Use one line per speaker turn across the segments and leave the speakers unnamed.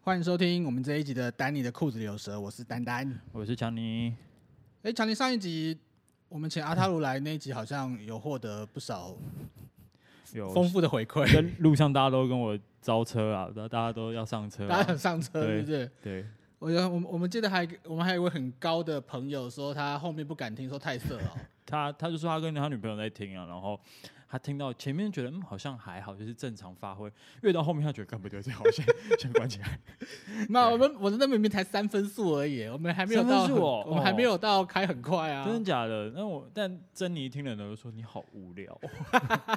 欢迎收听我们这一集的《丹尼的裤子里有蛇》，我是丹丹。
我是强尼，
哎，强尼上一集我们请阿塔鲁来那一集，好像有获得不少
有
丰富的回馈，
跟路上大家都跟我招车啊，大大家都要上车、
大家
啊，
很上车，对
对
不对？
对，
我觉得我们我们记得还我们还有一位很高的朋友说他后面不敢听，说太色 了。
他他就说他跟他女朋友在听啊，然后他听到前面觉得嗯好像还好，就是正常发挥，越到后面他觉得干不对劲，好先 先关起 来。
那我们我的那明明才三分速而已，我们还没有到
三分速哦
很我们还没有到开很快啊。
真的假的？那我但珍妮听了呢，就说你好无聊 哦、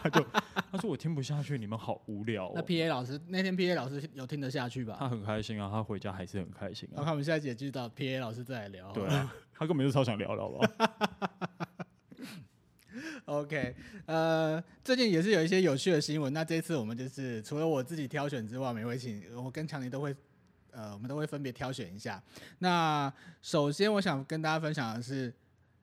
他就他说我听不下去，你们好无聊、
那
哦。
P A 老师那天 P A 老师有听得下去吧？
他很开心啊，他回家还是很开心
然
啊。
后我们下一集也继续到 P A 老师再来聊。
对啊，他根本就超想聊聊吧？
OK，呃，最近也是有一些有趣的新闻。那这一次我们就是除了我自己挑选之外，每位请我跟强尼都会，呃，我们都会分别挑选一下。那首先我想跟大家分享的是，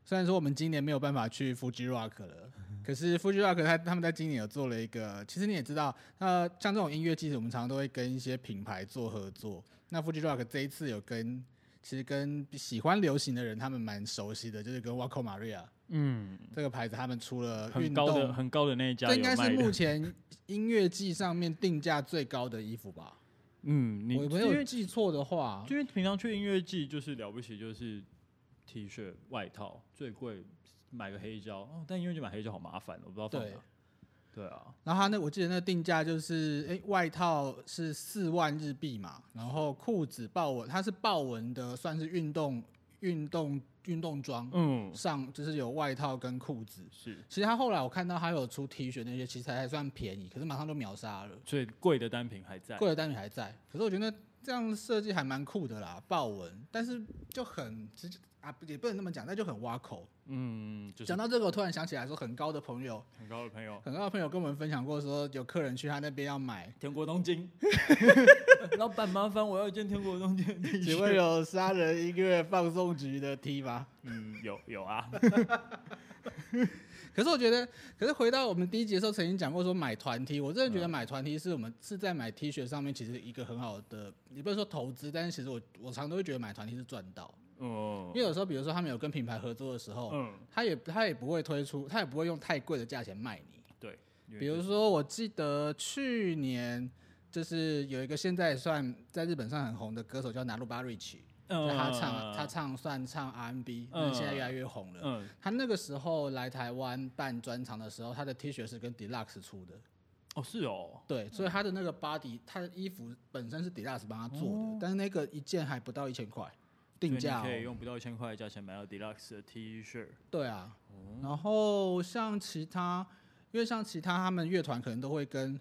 虽然说我们今年没有办法去 Fuji Rock 了，可是 Fuji Rock 他他们在今年有做了一个，其实你也知道，呃，像这种音乐季，我们常常都会跟一些品牌做合作。那 Fuji Rock 这一次有跟，其实跟喜欢流行的人他们蛮熟悉的，就是跟 Waco Maria。
嗯，
这个牌子，他们出了
很
运
高的
动，
很高的那一家
这应该
有卖
是目
的。
前音乐季上面定价最高的衣服吧？
嗯，你
我没
因
有
为
记错的话，
就因为平常去音乐季就是了不起，就是 T 恤、外套，最贵买个黑胶。哦，但音乐季买黑胶好麻烦，我不知道放
对
哪。对啊，
然后他那我记得那个定价就是，哎，外套是四万日币嘛，然后裤子豹纹，它是豹纹的，算是运动运动运动装，
嗯，
上就是有外套跟裤子。
是
其实他后来我看到他有出 T 恤那些，其实还算便宜，可是马上都秒杀了。
最贵的单品还在。
贵的单品还在，可是我觉得这样设计还蛮酷的啦，豹纹，但是就很其实啊，也不能那么讲，但就很挖口。
嗯，就是
讲到这个，我突然想起来说，很高的朋友，
很高的朋友，
很高的朋友跟我们分享过说，有客人去他那边要买，
田国 东京。老板，麻烦我要一件田国东京的 T
请问
恤。
有杀人音乐放送局的 T 吗？
嗯，有 有啊，
可是我觉得，可是回到我们第一集的时候，曾经讲过说买团 T，我真的觉得
嗯
买团 T 是我们是在买 T 恤上面其实一个很好的，你不是说投资，但是其实我我常都会觉得买团 T 是赚到，
嗯
因为有哦时候比如说他们有跟品牌合作的时候，
嗯，
他也他也不会推出，他也不会用太贵的价钱卖你。
对，因为
比如
就是
说，我记得去年就是有一个现在算在日本上很红的歌手叫拿鲁巴瑞奇，
哦
就他唱他唱算唱 R&B，但是现在越来越红了。
呃嗯，
他那个时候来台湾办专场的时候，他的 T 恤是跟 Deluxe 出的，
哦是哦，
对，所以他的那个 body，他的衣服本身是 Deluxe 帮他做的，但是那个一件还不到一千块
哦所以
定
你
价、哦，
可以用不到一千块的价钱买到 deluxe 的 T 恤。
对啊，然后像其他，因为像其他他们乐团可能都会跟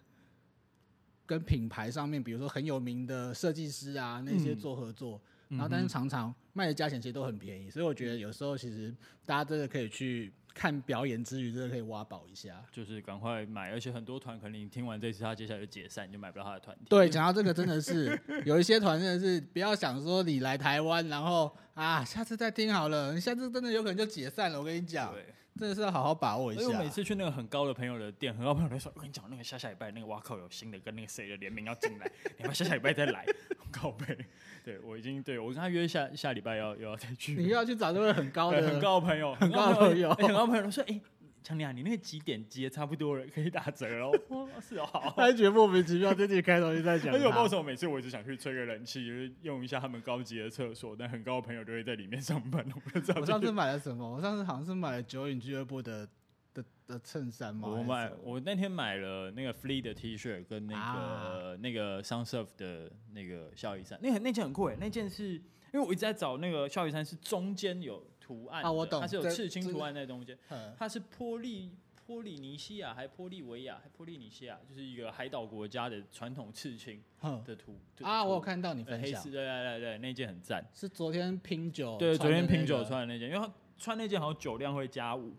跟品牌上面，比如说很有名的设计师啊那些
嗯
做合作，然后但是常常卖的价钱其实都很便宜，所以我觉得有时候其实大家真的可以去看表演之余，真的可以挖宝一下。
就是赶快买，而且很多团可能你听完这次，他接下来就解散，你就买不到他的团体。
对，讲到这个，真的是有一些团真的是不要想说你来台湾，然后啊下次再听好了，你下次真的有可能就解散了。我跟你讲，
对，
真的是要好好把握一
因
下。
为我每次去那个很高的朋友的店，很高朋友都说：“我跟你讲，那个下下礼拜那个哇靠有新的跟那个谁的联名要进来，你们下下礼拜再来。”靠背，对我已经对我跟他约下下礼拜要又要再 去，
你要去找那位很高
对
的，
很高 的朋友，很
高的
的
朋友
而且很高的朋友都说：“哎，强尼啊，你那个几点接差不多了，可以打折了。”哦，是哦， 好。
他觉得莫名其妙，自己开头就在讲
而且我不知道
他。
为什么每次我一直想去吹个冷气，就是用一下他们高级的厕所，但很高的朋友都会在里面上班，我不知道
我上次买了什么？我上次好像是买了九影俱乐部的的的衬衫嘛。
我
还是
买
什么
我那天买了那个 Flea 的 T 恤跟那个、
啊
那个 Sunsurf 的那个效益衫，那个那件很贵，那件是因为我一直在找那个效益衫是中间有图案的
啊我懂
它是有
这
刺青
这
图案在中间，
嗯
它是波利波利尼西亚还波利维亚还波利尼西亚，就是一个海岛国家的传统刺青
哼
的图的
啊，
图
我有看到你
呃
分
黑
享
色，，对对对对，那件很赞。
是昨天拼酒穿的那
对，
个。
昨天品酒穿的那件，因为他穿那件好像酒量会加五。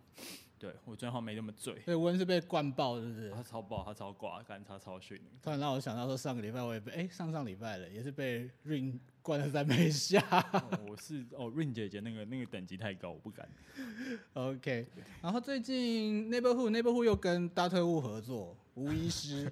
对我昨天好像没那么醉，
所以温是被灌爆，是不是
他？超爆，他超挂，干他 超逊。
突然让我想到说，上个礼拜我也被哎、上上礼拜了，也是被 Rain 灌了三杯下。
哦我是哦润姐姐那个那个等级太高，我不敢。
OK，然后最近 Neighborhood Neighborhood 又跟大特务合作，吴医师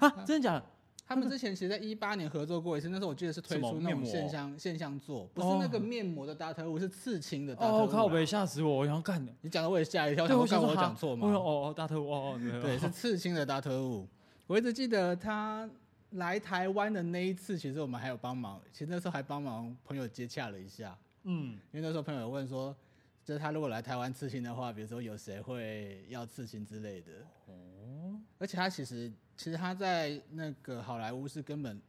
啊，真的假的？
他们之前其实，在一八年合作过一次，那时候我记得是推
什么
出那
面
种
膜
现象现象做，不是
哦
那个面膜的大特务，是刺青的大特务。
哦靠北，吓死我！我想干的，
你讲的我也吓一跳，
对，
想
我
说干
想说
我
哈
讲错
我
吗
说？哦哦，大特务哦，哦
对，是刺青的大特务。我一直记得他来台湾的那一次，其实我们还有帮忙，其实那时候还帮忙朋友接洽了一下，
嗯，
因为那时候朋友有问说，就是他如果来台湾刺青的话，比如说有谁会要刺青之类的。
哦，
而且他其实其实他在那个好莱坞是根本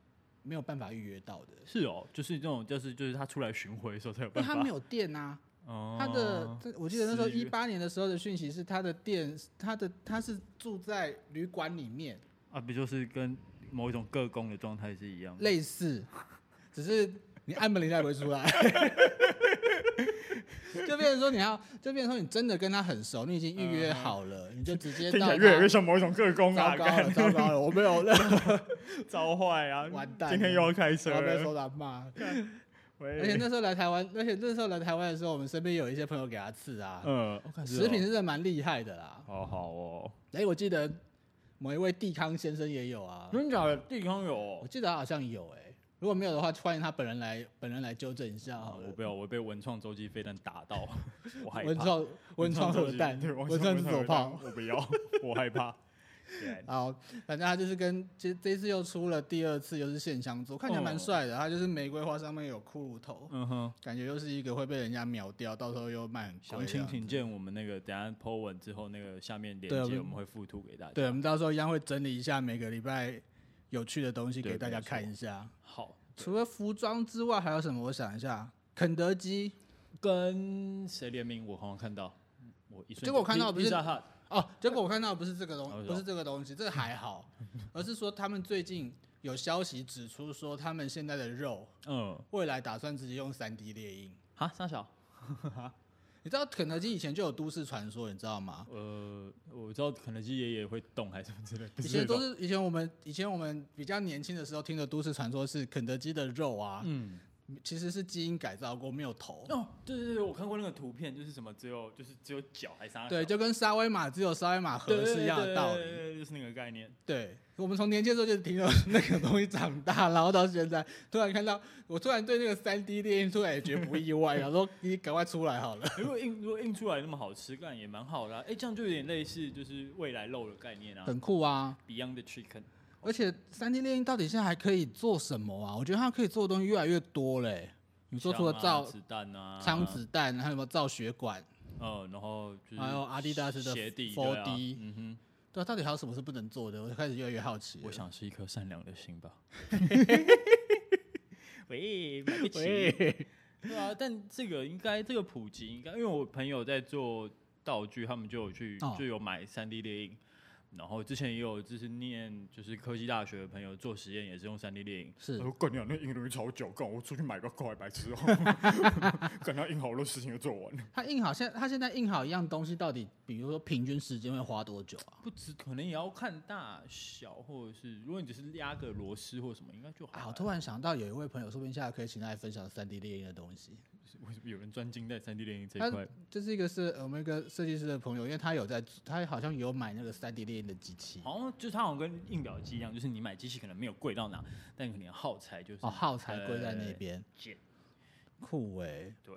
没有办法预约到的，
是哦，就是这种，就是就是他出来巡回的时候才有
因为
办法。
他没有店啊。
哦，
他的这我记得那时候
私
一
约
八年的时候的讯息是他的店，他的他是住在旅馆里面，
啊，不就是跟某一种各工的状态是一样的？
类似，只是你按门铃他也不会出来。 就变成说你要，就变成说你真的跟他很熟，你已经预约好了，你就直接
嗯听起
到
来
他
越来越像某一种各工
糟
啊，
糕了，糟糕了，我没有了，
干 糟坏啊！
完蛋了
今天又要开车
我要被
了。
收到骂。
喂
而且那时候来台湾，而且那时候来台湾的时候，我们身边有一些朋友给他刺啊，
呃，我看是
食品
哦
是真的蛮厉害的啦。
好好哦，
哎、我记得某一位帝康先生也有啊，
真假的地康
我
有。
记得他好像有哎、如果没有的话，欢迎他本人来，本人来纠正一下好了
啊我。不要，我被文创洲际飞弹打到， 我害怕。
文创文创
洲
核
际
弹
对，，
文创
洲
左
际弹
炮。
我不要，我害 怕。对
好，反正他就是跟这这一次又出了第二次，又是线香做，看起来蛮
哦
帅的。他就是玫瑰花上面有骷髅头，
嗯哼，
感觉又是一个会被人家秒掉，到时候又卖很贵啊
详
的
情
样子。
请见我们那个等一下 Po 文之后那个下面链
对我
接，
们
啊我们会啊附图给大家。
对，我们到时候一样会整理一下每个礼拜有趣的东西
对
给大家
没错
看一下。
好，
除了服装之外，还有什么？我想一下，肯德基
跟谁联名？我好像看到，我一瞬
结果我看到不是
他
哦，结果我看到不是这个
哦
东，
是哦
不是这个东西，这个还 好，而是说他们最近有消息指出说，他们现在的肉
嗯，
未来打算直接用三 D 列印。
哈，三小，
你知道肯德基以前就有都市传说，你知道吗？
呃，我知道肯德基爷爷会动还是什么之类，不
以
是
前
那
都
种
是以前我们以前我们比较年轻的时候听的都市传说是肯德基的肉啊，
嗯，
其实是基因改造过，没有头。
哦，对对对，我看过那个图片，就是什么只有就是只有脚还是啥，
对，就跟沙威玛只有沙威玛盒是一样的道
对对
理。
对对就是那个概念。
对，我们从年轻的时候就听到那个东西长大，然后到现在突然看到，我突然对那个三 D 列印出来也觉得不意外，然后说你赶快出来好 了。
如果印如果印出来那么好吃，干也蛮好的、啊。哎、这样就有点类似就是未来肉的概念啊
很酷啊！
，Beyond 的 Chicken。
而且三 D 列印到底现在还可以做什么啊？我觉得它可以做的东西越来越多嘞、你说除了
枪啊
造
子弹啊，
枪子弹，还有没有造血管？
呃，然后就是
还有阿迪达斯的
鞋
4D
底对啊嗯哼，
对啊，到底还有什么是不能做的？我开始越来越好奇了。
我想是一颗善良的心吧。 喂，买不起。
喂，
对啊，但这个应该这个普及应该，因为我朋友在做道具，他们就有去、
哦
就有买三 D 列印，然后之前也有就是念就是科技大学的朋友做实验也是用三 D 列印。
是
我哎干你那印东西超久，干我出去买个快白痴哦，哦 干他印好多事情就做完了。
它印好现在，它现在印好一样东西，到底比如说平均时间会花多久啊？
不止，可能也要看大小，或者是如果你只是压个螺丝或什么，应该就好
啊，
了。
我突然想到有一位朋友，说不定现在可以请他来分享三 D 列印的东西。
为什么有人专精在三 D 列印这
他
一块？
这是一个是呃我们一个设计师的朋友，因为他有在，他好像有买那个三 D 列印的机器，
好像就是它好像跟印表机一样，就是你买机器可能没有贵到哪，但可能耗材就是
哦，耗材贵在那
呃
边，
贱
酷哎、
对，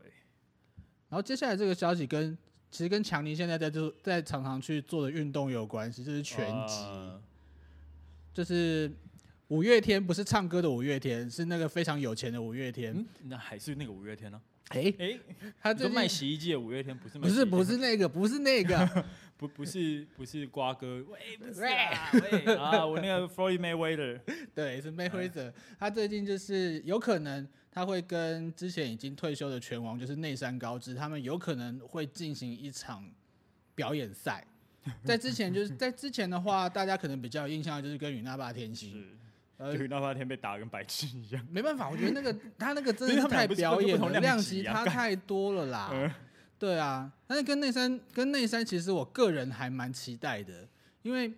然后接下来这个消息跟其实跟强尼现在在做在常常去做的运动有关系，就是拳击，
呃
就是五月天不是唱歌的五月天，是那个非常有钱的五月天。
嗯，那还是那个五月天呢、
哎、
哎、
他
你说
最
卖
近
洗衣机的五月天不是卖
不是
洗衣机
不是那个不是那个，
不不是不是瓜哥，喂不是啊喂啊，我那个 Floyd Mayweather，
对，是 Mayweather，他最近就是有可能他会跟之前已经退休的拳王，就是内山高知，他们有可能会进行一场表演赛。在之前就是在之前的话，大家可能比较有印象的就是跟与那霸天心，
是，
呃
就，那发天被打得跟白痴一样，
没办法，我觉得 那个他那个真
对
的是
他们俩
太
不是
表演
不
了，
同量级
级
啊
差
干
太多了
嗯
啦。对啊，但是跟内山跟内山，其实我个人还蛮期待的，因为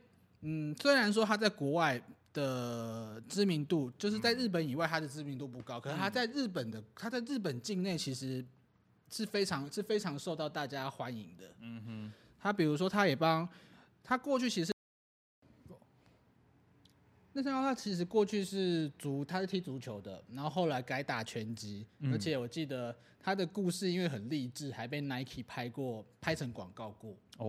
嗯，虽然说他在国外的知名度，就是在
嗯
日本以外他的知名度不高，可是他在日本的他在日本境内其实是非常是非常受到大家欢迎的。
嗯哼，
他比如说，他也帮他过去其实那山高他其实过去是足，他是踢足球的，然后后来改打拳击，
嗯
而且我记得他的故事因为很励志，还被 Nike 拍过，拍成广告过。然后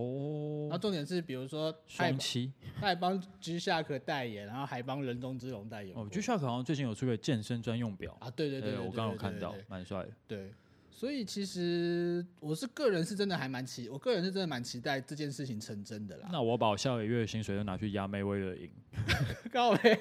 哦，
重点是，比如说他也
双七
他还帮 G Shock 代言，然后还帮人中之龙代言过。
哦，就下可好像最近有出个健身专用表，
啊，对对对对，
我
对
刚刚有
对
看
对
到
对，
蛮帅的。
对，所以其实我是个人是真的还蛮期，我个人是真的蛮期待这件事情成真的啦。
那我把我下个月的薪水都拿去压妹威的赢，
告白，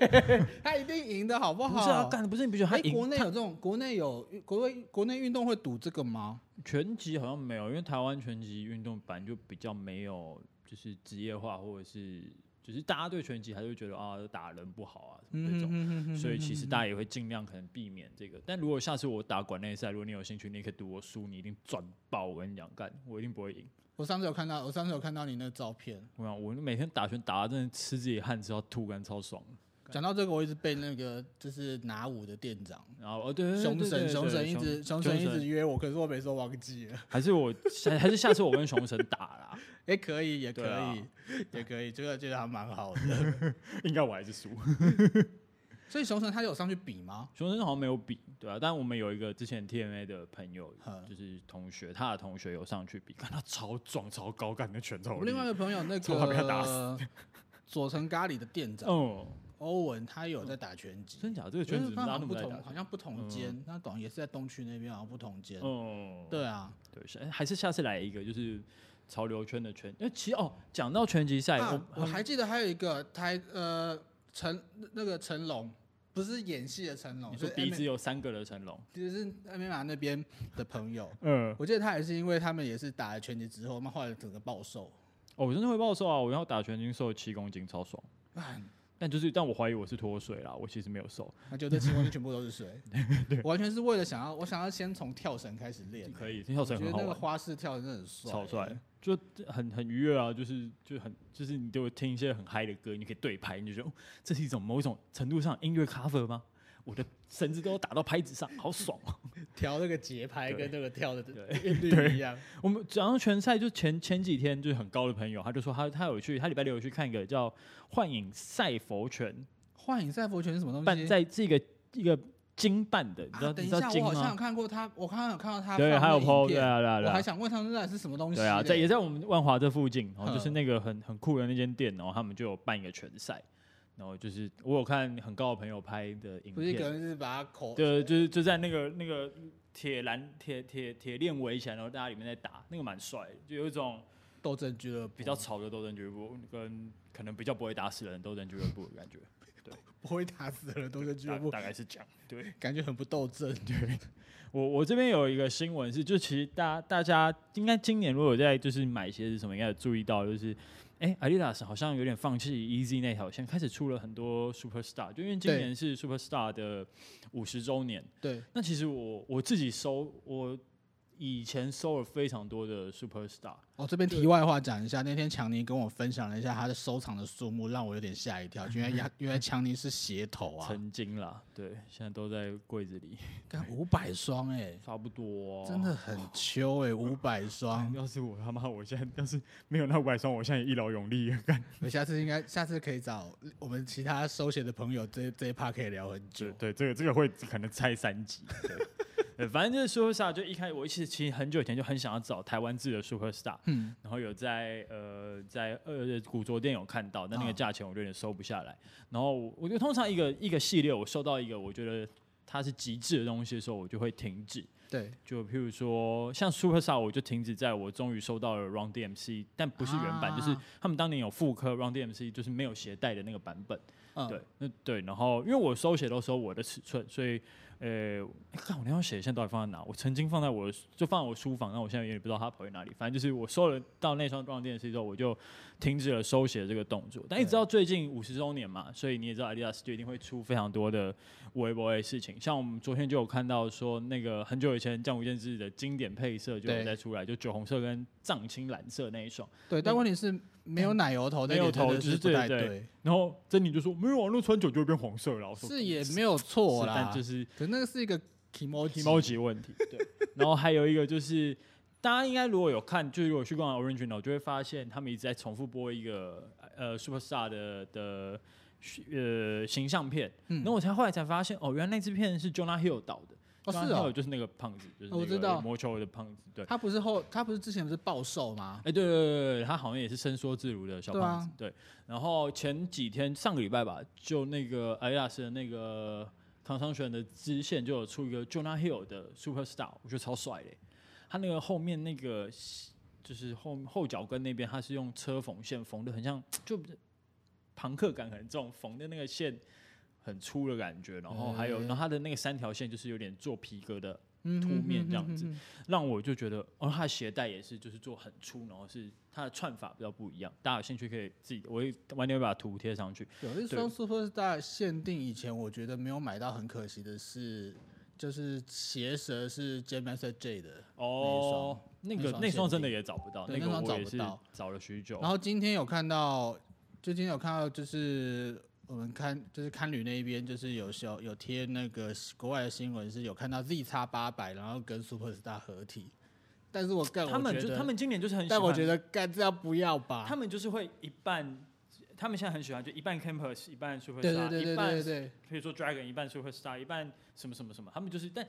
他一定赢的好不
不
好？
是啊，干的不是你不觉得他
哎，
赢
国内有这种，国内有国内国内运动会赌这个吗？
拳击好像没有，因为台湾拳击运动本来就比较没有就是职业化，或者是就是大家对拳击还是会觉得啊打人不好啊什么这种，
嗯
所以其实大家也会尽量可能避免这个。但如果下次我打馆内赛，如果你有兴趣，你可以赌我输，你一定赚爆！我跟你讲，干我一定不会赢。
我上次有看到，我上次有看到你那个照片。
我想我每天打拳打到真的吃自己汗，吃到吐，干超爽。
讲到这个，我一直被那个就是拿舞的店长
然后哦对对对
熊
对对
神，
对
熊神一
熊
直熊
熊
神一
神
直约我，可是我每次都忘记了。
还是我还还是下次我跟熊神打啦，
也可以，也可
对啊
以， 也可以，这个觉得还蛮好 的。
应该我还是输。
所以熊神他有上去比吗？
熊生好像没有比，对啊，但我们有一个之前 TMA 的朋友
嗯，
就是同学，他的同学有上去比，看他超壮、超高，干的拳头
我另外一个朋友那
差点被他打
个佐藤咖喱的店长
哦，
欧文，他有在打拳击，
真假的这个圈子
他好
拉那
像不
么大
同，
打，
好像不同间，他懂也是在东区那边，好像不同间。
哦，
对啊，
对，是哎还是下次来一个就是潮流圈的圈，因为其实哦，讲到拳击赛，
啊
我
我还记得还有一个台呃成那个成龙，不是演戏的成龙，
你说
是
鼻
M-
子有三个的成龙，
就是艾美玛那边的朋友。
嗯，
我记得他也是因为他们也是打了拳击之后，那后来整个暴瘦，
哦，我真的会暴瘦啊，我要打拳已经瘦了七公斤，超爽。
哎
但就是，但我怀疑我是脱水啦，我其实没有瘦。
那就这七公斤全部都是水。 我完全是为了想要，我想要先从跳绳开始练。
可以，跳
我
绳
觉
很
得
好
那
玩
个。花式跳绳真的很帅，
超帅，，就很很愉悦啊，就是就很就是你就听一些很嗨的歌，你可以对拍，你就觉得、哦、这是一种某一种程度上音乐 cover 吗？我的绳子都要打到拍子上，好爽哦、
调那个节拍
对
跟那个跳的
对
韵律一样。
我们早上拳赛就前前几天就是很高的朋友，他就说他他有去，他礼拜六有去看一个叫幻影赛佛拳，
幻影赛佛拳是什么东
办
西？
在这个一个金办的，你知道、
啊，等
你
一
知道
下，
金
我好像
吗
有？看过他，我刚刚有看到他
对，
放
还有
那
PO
影片
对啊对啊对
我
啊
还，想问他那到底是什么东西嘞。
对啊，在也在我们万华这附近，然后就是
嗯
那个很很酷的那间店，哦然后他们就有办一个拳赛，然后就是我有看很高的朋友拍的影
不是可
片，
能是把他口
对，就是就在那个那个铁栏铁铁铁链围起来，然后大家里面在打，那个蛮帅的，就有一种
斗争俱乐部
比较潮的斗争俱乐部，跟可能比较不会打死人的斗争俱乐部的感觉，
不会打死人的斗争俱乐
大
部，
大概是这样，对。
感觉很不斗争。对，
我我这边有一个新闻是，就其实大大家应该今年如果有在就是买鞋子什么，应该有注意到，就是哎、阿迪达斯好像有点放弃 Easy 那条线，开始出了很多 Superstar，就因为今
对
年是 Superstar 的五十周年。
对，
那其实我我自己收我以前收了非常多的 Superstar，
我、哦这边题外话讲一下，那天强尼跟我分享了一下他的收藏的数目，让我有点吓一跳，因 为他原来强尼是鞋头啊，
曾经啦，对，现在都在柜子里，
干五百双哎，
差不多、哦
真。的很秋哎、欸，五百 双，
要是我他妈，我现在要是没有那五百双，我现在也一劳永逸。
我下次应该下次可以找我们其他收鞋的朋友，这这一趴可以聊很久
对。对，这个这个会可能拆三集。 对，呃反正就是 Superstar，就一开始我其实其实很久以前就很想要找台湾制的 Superstar，
嗯，
然后有在呃在呃古着店有看到，但那个
啊
价钱我就有点收不下来。然后我我觉得通常一个一个系列，我收到一个我觉得它是极致的东西的时候，我就会停止。
对，
就譬如说，像 Superstar，我就停止在我终于收到了 Run DMC，但不是原版，
啊
就是他们当年有复刻 Run DMC，就是没有携带的那个版本。
嗯，
对，那对，然后因为我收鞋都收我的尺寸，所以呃，看我那双鞋现在到底放在哪？我曾经放在我的就放在我书房，但我现在有点不知道它跑去哪里。反正就是我收了到那双撞电视之后，我就停止了收鞋这个动作。但一直
对
到最近五十周年嘛，所以你也知道，Adidas 就一定会出非常多的微博的事情。像我们昨天就有看到说，那个很久以前江湖剑士的经典配色就有
对
在出来，就酒红色跟藏青蓝色那一双。
对，但问题是没有奶油头，这
没有
点真
头
的是
只是
不
对
太
对
对，
然后珍妮就说：“没有啊，那穿久就会变黄色了。”我说：“
是也没有错
是
啦，
但就是。”
可那个是一个 emoji，
emoji 问题。对，然后还有一个就是，大家应该如果有看，就是如果去逛 Original，就会发现他们一直在重复播一个呃 Superstar 的的呃形象片，
嗯
然后我才后来才发现，哦，原来那支片是 Jonah Hill 导的。
哦
Jonah
是哦
Hill 就是那个胖子，就是
哦我
那
知道
个魔球的胖子，对。
他不是后，他不是之前不是暴瘦吗？
哎、对对对对，他好像也是伸缩自如的小胖子。对，然后前几天上个礼拜吧，就那个阿迪达斯的那个唐商选的支线就有出一个 Jonah Hill 的 Superstar，我觉得超帅的、他那个后面那个就是后后脚跟那边，他是用车缝线缝的，很像就朋克感很重，缝的那个线很粗的感觉。然后还有，
哎
然后他的那个三条线就是有点做皮革的
嗯
凸面这样子
嗯嗯嗯嗯
让我就觉得，哦，它的鞋带也是，就是做很粗，然后是它的串法比较不一样。大家有兴趣可以自己，我会晚点会把图贴上去。
有一双 Superstar 限定以前，我觉得没有买到，很可惜的是，就是鞋舌是 J Master J 的，
哦，那
那
个
双
那双
限
真的也找不到，
对
那
那双
个我也
找不
是
到
找了许久。
然后今天有看到，就今天有看到，就是我们看就是看旅那一边，就是有小有贴那个国外的新闻，是有看到 Z 叉八百，然后跟 Superstar 合体，但是我干，
他们
我觉
就
得
他，们今年就是很喜欢，
但我觉得干这要不要吧？
他们就是会一半，他们现在很喜欢就一半 campus，一半 superstar，
对对对对
一
对
半
对，
比如说 Dragon 一半 Superstar，一半什么什么什么，他们就是但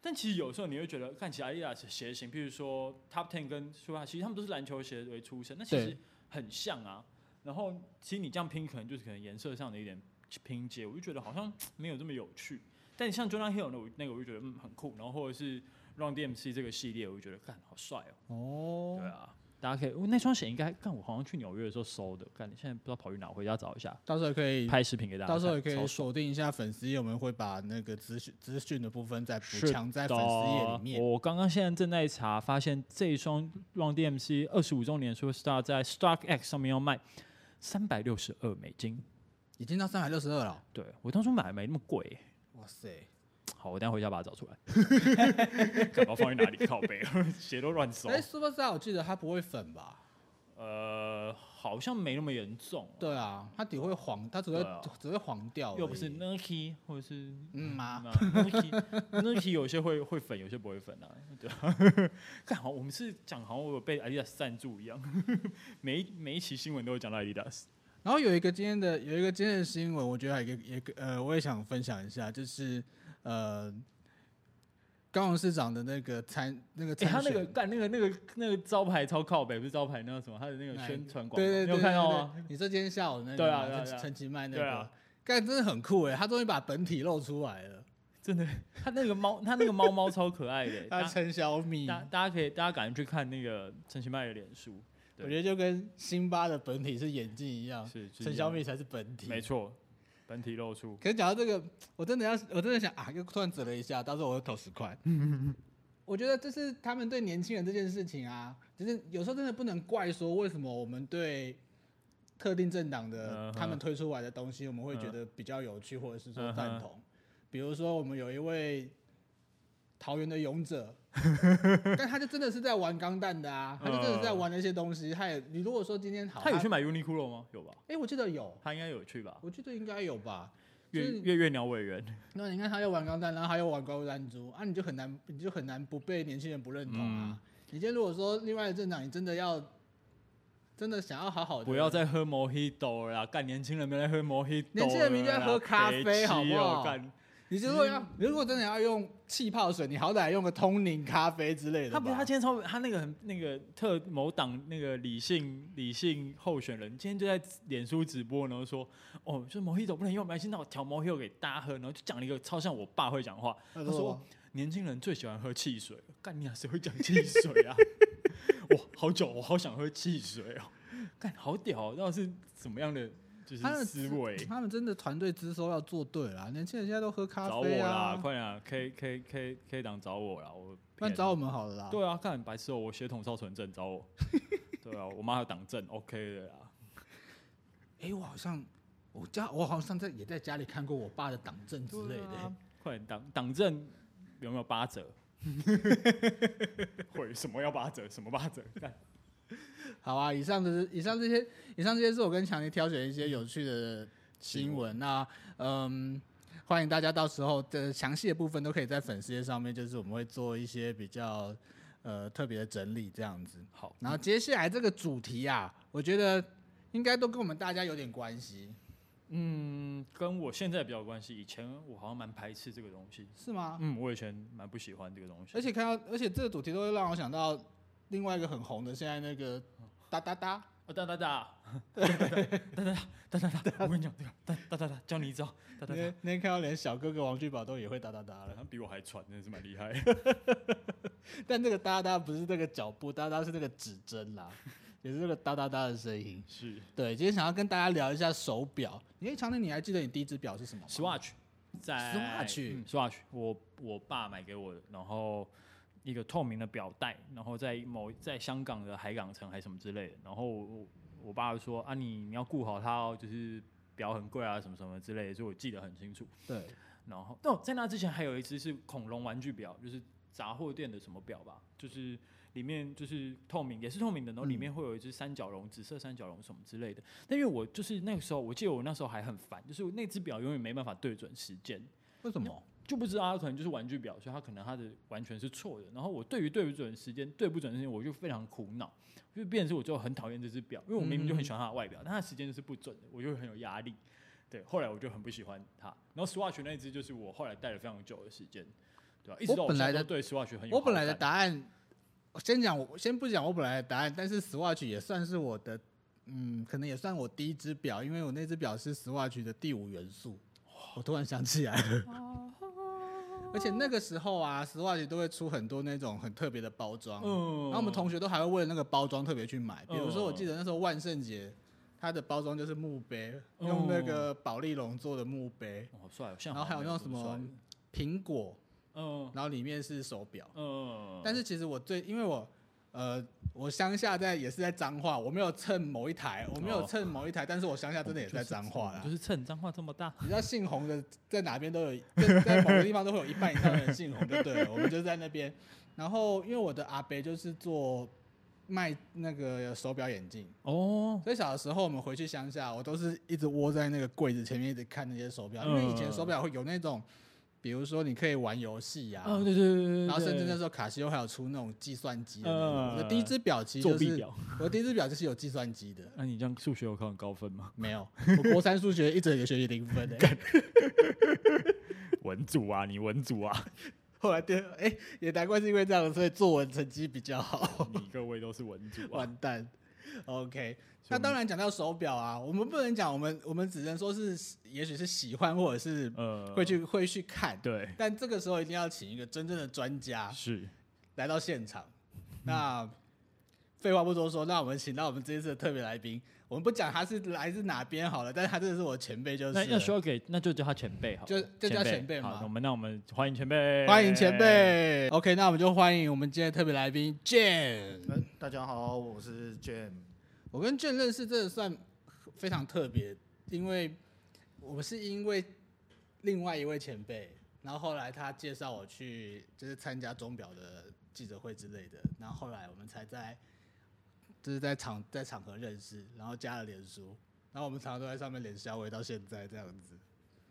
但其实有时候你会觉得，看起来哎 Adidas 鞋型，譬如说 Top Ten 跟 Superstar，其实他们都是篮球鞋为出身，那其实
对
很像啊。然后其实你这样拼，可能就是可能颜色上的一点拼接，我就觉得好像没有这么有趣。但像 Jordan Hill 那我那个我就觉得嗯很酷，然后或者是 Run DMC 这个系列，我就觉得干好帅哦。
哦
对啊，大家可以，我那双鞋应该干，我好像去纽约的时候收的，干现在不知道跑去哪，我回家找一下，
到时候可以
拍视频给大家
嗯
看。
到时候也可
超
以
爽
锁定一下粉丝页，我们会把那个资讯资讯的部分再补
是哦
强在粉丝页里面。
我刚刚现在正在查，发现这一双 Run DMC 二十五周年 Superstar 在 Stock X 上面要卖三百六十二美金。
已经到三百六十二了哦，
对我当初买没那么贵。
哇塞！
好，我等一下回家把它找出 来，赶快放在哪里靠背， 鞋都乱收
哎。，Superstar 我记得它不会粉吧？
呃，好像没那么严重，
对啊，它只会黄，它只会、
对啊
只会黄掉而已，
又不是 Nike 或者是
嗯嘛、
那 Nike Nike 有些会会粉，有些不会粉啊。对啊， 干好，我们是讲好像我有被 Adidas 赞助一样， 每一每一期新闻都有讲到 Adidas。
然后有一个今天的有一个今天的新闻，我觉得还有一个也呃，我也想分享一下，就是呃，高雄市长的那个参那个
哎、
参选、
他那 个干那个那个那个招牌超靠北，不是招牌，那个什么，他的那个
哪一
宣传广告，
对对对
你有看到
对
吗？
对你说今天下午那个
对啊
吗
对啊
陈
对啊
陈其迈那
对
个
啊，
干真的很酷哎，他终于把本体露出来了，
真的，他那个猫，他那个猫猫超可爱 的、大
他
家
陈小米，
大大家可以大家赶紧去看那个陈其迈的脸书，对
我觉得就跟辛巴的本体是眼镜一样，
是是
陈
一
小
样
米才是本体，
没错，本体露出。
可是讲到这个，我真的要，我真的想啊，又突然折了一下，到时候我又投十 块。我觉得这是他们对年轻人这件事情啊，就是有时候真的不能怪说为什么我们对特定政党的
嗯哼嗯
他们推出来的东西，我们会觉得比较有趣，或者是说赞同。比如说，我们有一位桃园的勇 者，但他就真的是在玩钢弹的啊，他就真的是在玩那些东西。他也，你如果说今天好，
嗯他有去买 Uniqlo 吗？有吧？
哎，我记得有，
他应该有去吧？
我记得应该有吧。就
月
是
月月鸟委员，
那你看他又玩钢弹，然后他又玩怪物弹珠，啊，你就很难，你就很难不被年轻人不认同
嗯
啊。你今天如果说另外的政党，你真的要，真的想要好好的，
不要再喝 Mojito 了啦！干年轻人没来喝 Mojito，
年轻人明明在
了啦
喝咖啡
北七
好不好
哦干
你如果要，你如果真的要用气泡水，你好歹用个通灵咖啡之类的吧。
他不是他今天超他那个很那个特某党那个理性理性候选人，今天就在脸书直播，然后说哦，就是 Mojito 不能用，没关系，那我调 Mojito 给大家喝，然后就讲了一个超像我爸会讲话，
他
他
说
说年轻人最喜欢喝汽水，干你啊，谁会讲汽水啊？ 哇，好久，我好想喝汽水哦，干好屌、哦，那是怎么样的就是
他的
思维？
他们真的团队资收要做对啦，年轻人现在都喝
找
咖
我
啡
啦，
啊，
快点啊！K K K K 党找我啦，我
不然找我们好了啦。
对啊，干白痴哦、我血统超纯正，找我。对啊，我妈有党证，OK 的啦。
哎、我好像我家我好像在也在家里看过我爸的党证之类的、
对啊，快点党党证有没有八折？会什么要八折？什么八折？干
好啊，以上的是以上这些，以上这些是我跟强尼挑选一
嗯
些有趣的新闻。那嗯，欢迎大家到时候的详细的部分都可以在粉丝页上面，就是我们会做一些比较呃特别的整理这样子。
好，
然后接下来这个主题啊，我觉得应该都跟我们大家有点关系。
嗯，跟我现在比较有关系。以前我好像蛮排斥这个东西，
是吗？
嗯，我以前蛮不喜欢这个东西。
而且看到，而且这个主题都会让我想到另外一个很红的，现在那个哒哒哒，
啊，哒哒哒，哒哒哒，哒哒哒，我跟你讲这个，哒哒哒哒，教你一招，哒
那
哒哒，
天那天看到连小哥哥王聚宝都也会哒哒哒了，
他比我还喘，真的是蛮厉害。
但这个哒哒不是这个脚步哒哒，是那个指针啦，也是这个哒哒哒的声音。
是
对，今天想要跟大家聊一下手表。哎，常宁，你还记得你第一只表是什么吗
Swatch，在
Swatch
嗯 Swatch，我我爸买给我的，然后一个透明的表带，然后在某在香港的海港城还是什么之类的，然后我我我爸就说啊你你要顾好它哦，就是表很贵啊什么什么之类的，所以我记得很清楚。
对，
然后，但我在那之前还有一只是恐龙玩具表，就是杂货店的什么表吧，就是里面就是透明，也是透明的，然后里面会有一只三角龙，紫色三角龙什么之类的。但因为我就是那个时候，我记得我那时候还很烦，就是那只表永远没办法对准时间，
为什么？
就不知道它可能就是玩具表，所以它可能它的完全是错的。然后我对于对不准时间、对不准时间，我就非常苦恼，就变成是我就很讨厌这只表，因为我明明就很喜欢它的外表，但它的时间就是不准的，我就很有压力。对，后来我就很不喜欢它。然后 Swatch 那一只就是我后来戴了非常久的时间，对吧、一直到
我本来
现在
的
都对 Swatch 很有
我本来的
好感
答案，我先讲我先不讲我本来的答案，但是 Swatch 也算是我的，嗯，可能也算我第一只表，因为我那只表是 Swatch 的第五元素。我突然想起来了， 而且那个时候啊，Swatch 都会出很多那种很特别的包装，
嗯
然后我们同学都还会为了那个包装特别去买，比如说我
嗯
记得那时候万圣节。它的包装就是墓碑，
嗯
用那个宝丽龙做的墓碑，
哦好帅哦，像
然后还有那种什
好
么
像没有
苹果，
这么帅
然后里面是手表。
嗯嗯，
但
是
是其实我最，因为我呃，我乡下在也是在彰化，我没有蹭某一台，我没有
哦
蹭某一台，但是我乡下真的也在彰化啦
就。是趁脏话这么大，
你知道姓洪的在哪边都有，在在某个地方都会有一半以上的人姓洪，就对了。我们就是在那边。然后因为我的阿伯就是做卖那个手表眼镜，
哦，
所以小的时候我们回去乡下，我都是一直窝在那个柜子前面一直看那些手表，因为以
嗯
前手表会有那种，比如说你可以玩游戏呀、
哦，对对对对对，
啊然后甚至
对
那时候卡西欧还有出那种计算机的那种。
呃
我的第一只表其实
作
就
弊
是
表。
我的第一只表就是有计算机的，
那、你这样数学有考很高分吗？
没有。我国三数学一直有学习零分的、 欸
文组啊，你文组 啊，
后来第二哎、也难怪是因为这样，所以作文成绩比较好。
你各位都是文组啊。
完蛋。OK，那当然讲到手表啊，我们不能讲我们，我们只能说是，也许是喜欢或者是
呃，
会去、会去看，
对，
但这个时候一定要请一个真正的专家
是
来到现场。那废话不多说，那我们请到我们这一次的特别来宾，我们不讲他是来自哪边好了，但是他真的是我前辈，就是
那要
了
需要给，那就叫他前辈好了，
就就叫前
前
辈嘛
好，我们那我们欢迎前辈，
欢迎前。辈。OK，那我们就欢迎我们今天的特别来宾 Jane。
呃大家好，我是 Jam。
我跟 Jane 认识真的算非常特别，因为我是因为另外一位前辈，然后后来他介绍我去就是参加钟表的记者会之类的，然后后来我们才在就是在场在场合认识，然后加了脸书，然后我们常常都在上面脸消微到现在这样子。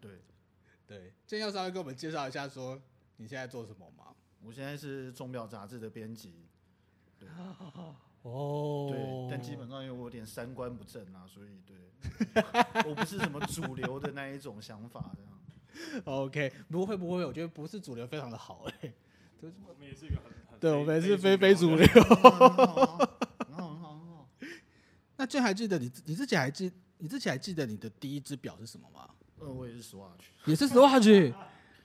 对，
对，今天要稍微跟我们介绍一下说你现在做什么吗？
我现在是钟表杂志的编辑。
哦
对，但基本上因为我有点三观不正啊，所以对，我不是什么主流的那一种想法 这样。
哦 OK，不会不会，我觉得不是主流非常的好哎、
我们也是一个很很
对，我们是非非主
流
流。
很好啊，很好，很好，很好。
那最还记得你自你自己还记你自己还记得你的第一只表是什么吗？
呃，我也是 Swatch，
也是 Swatch。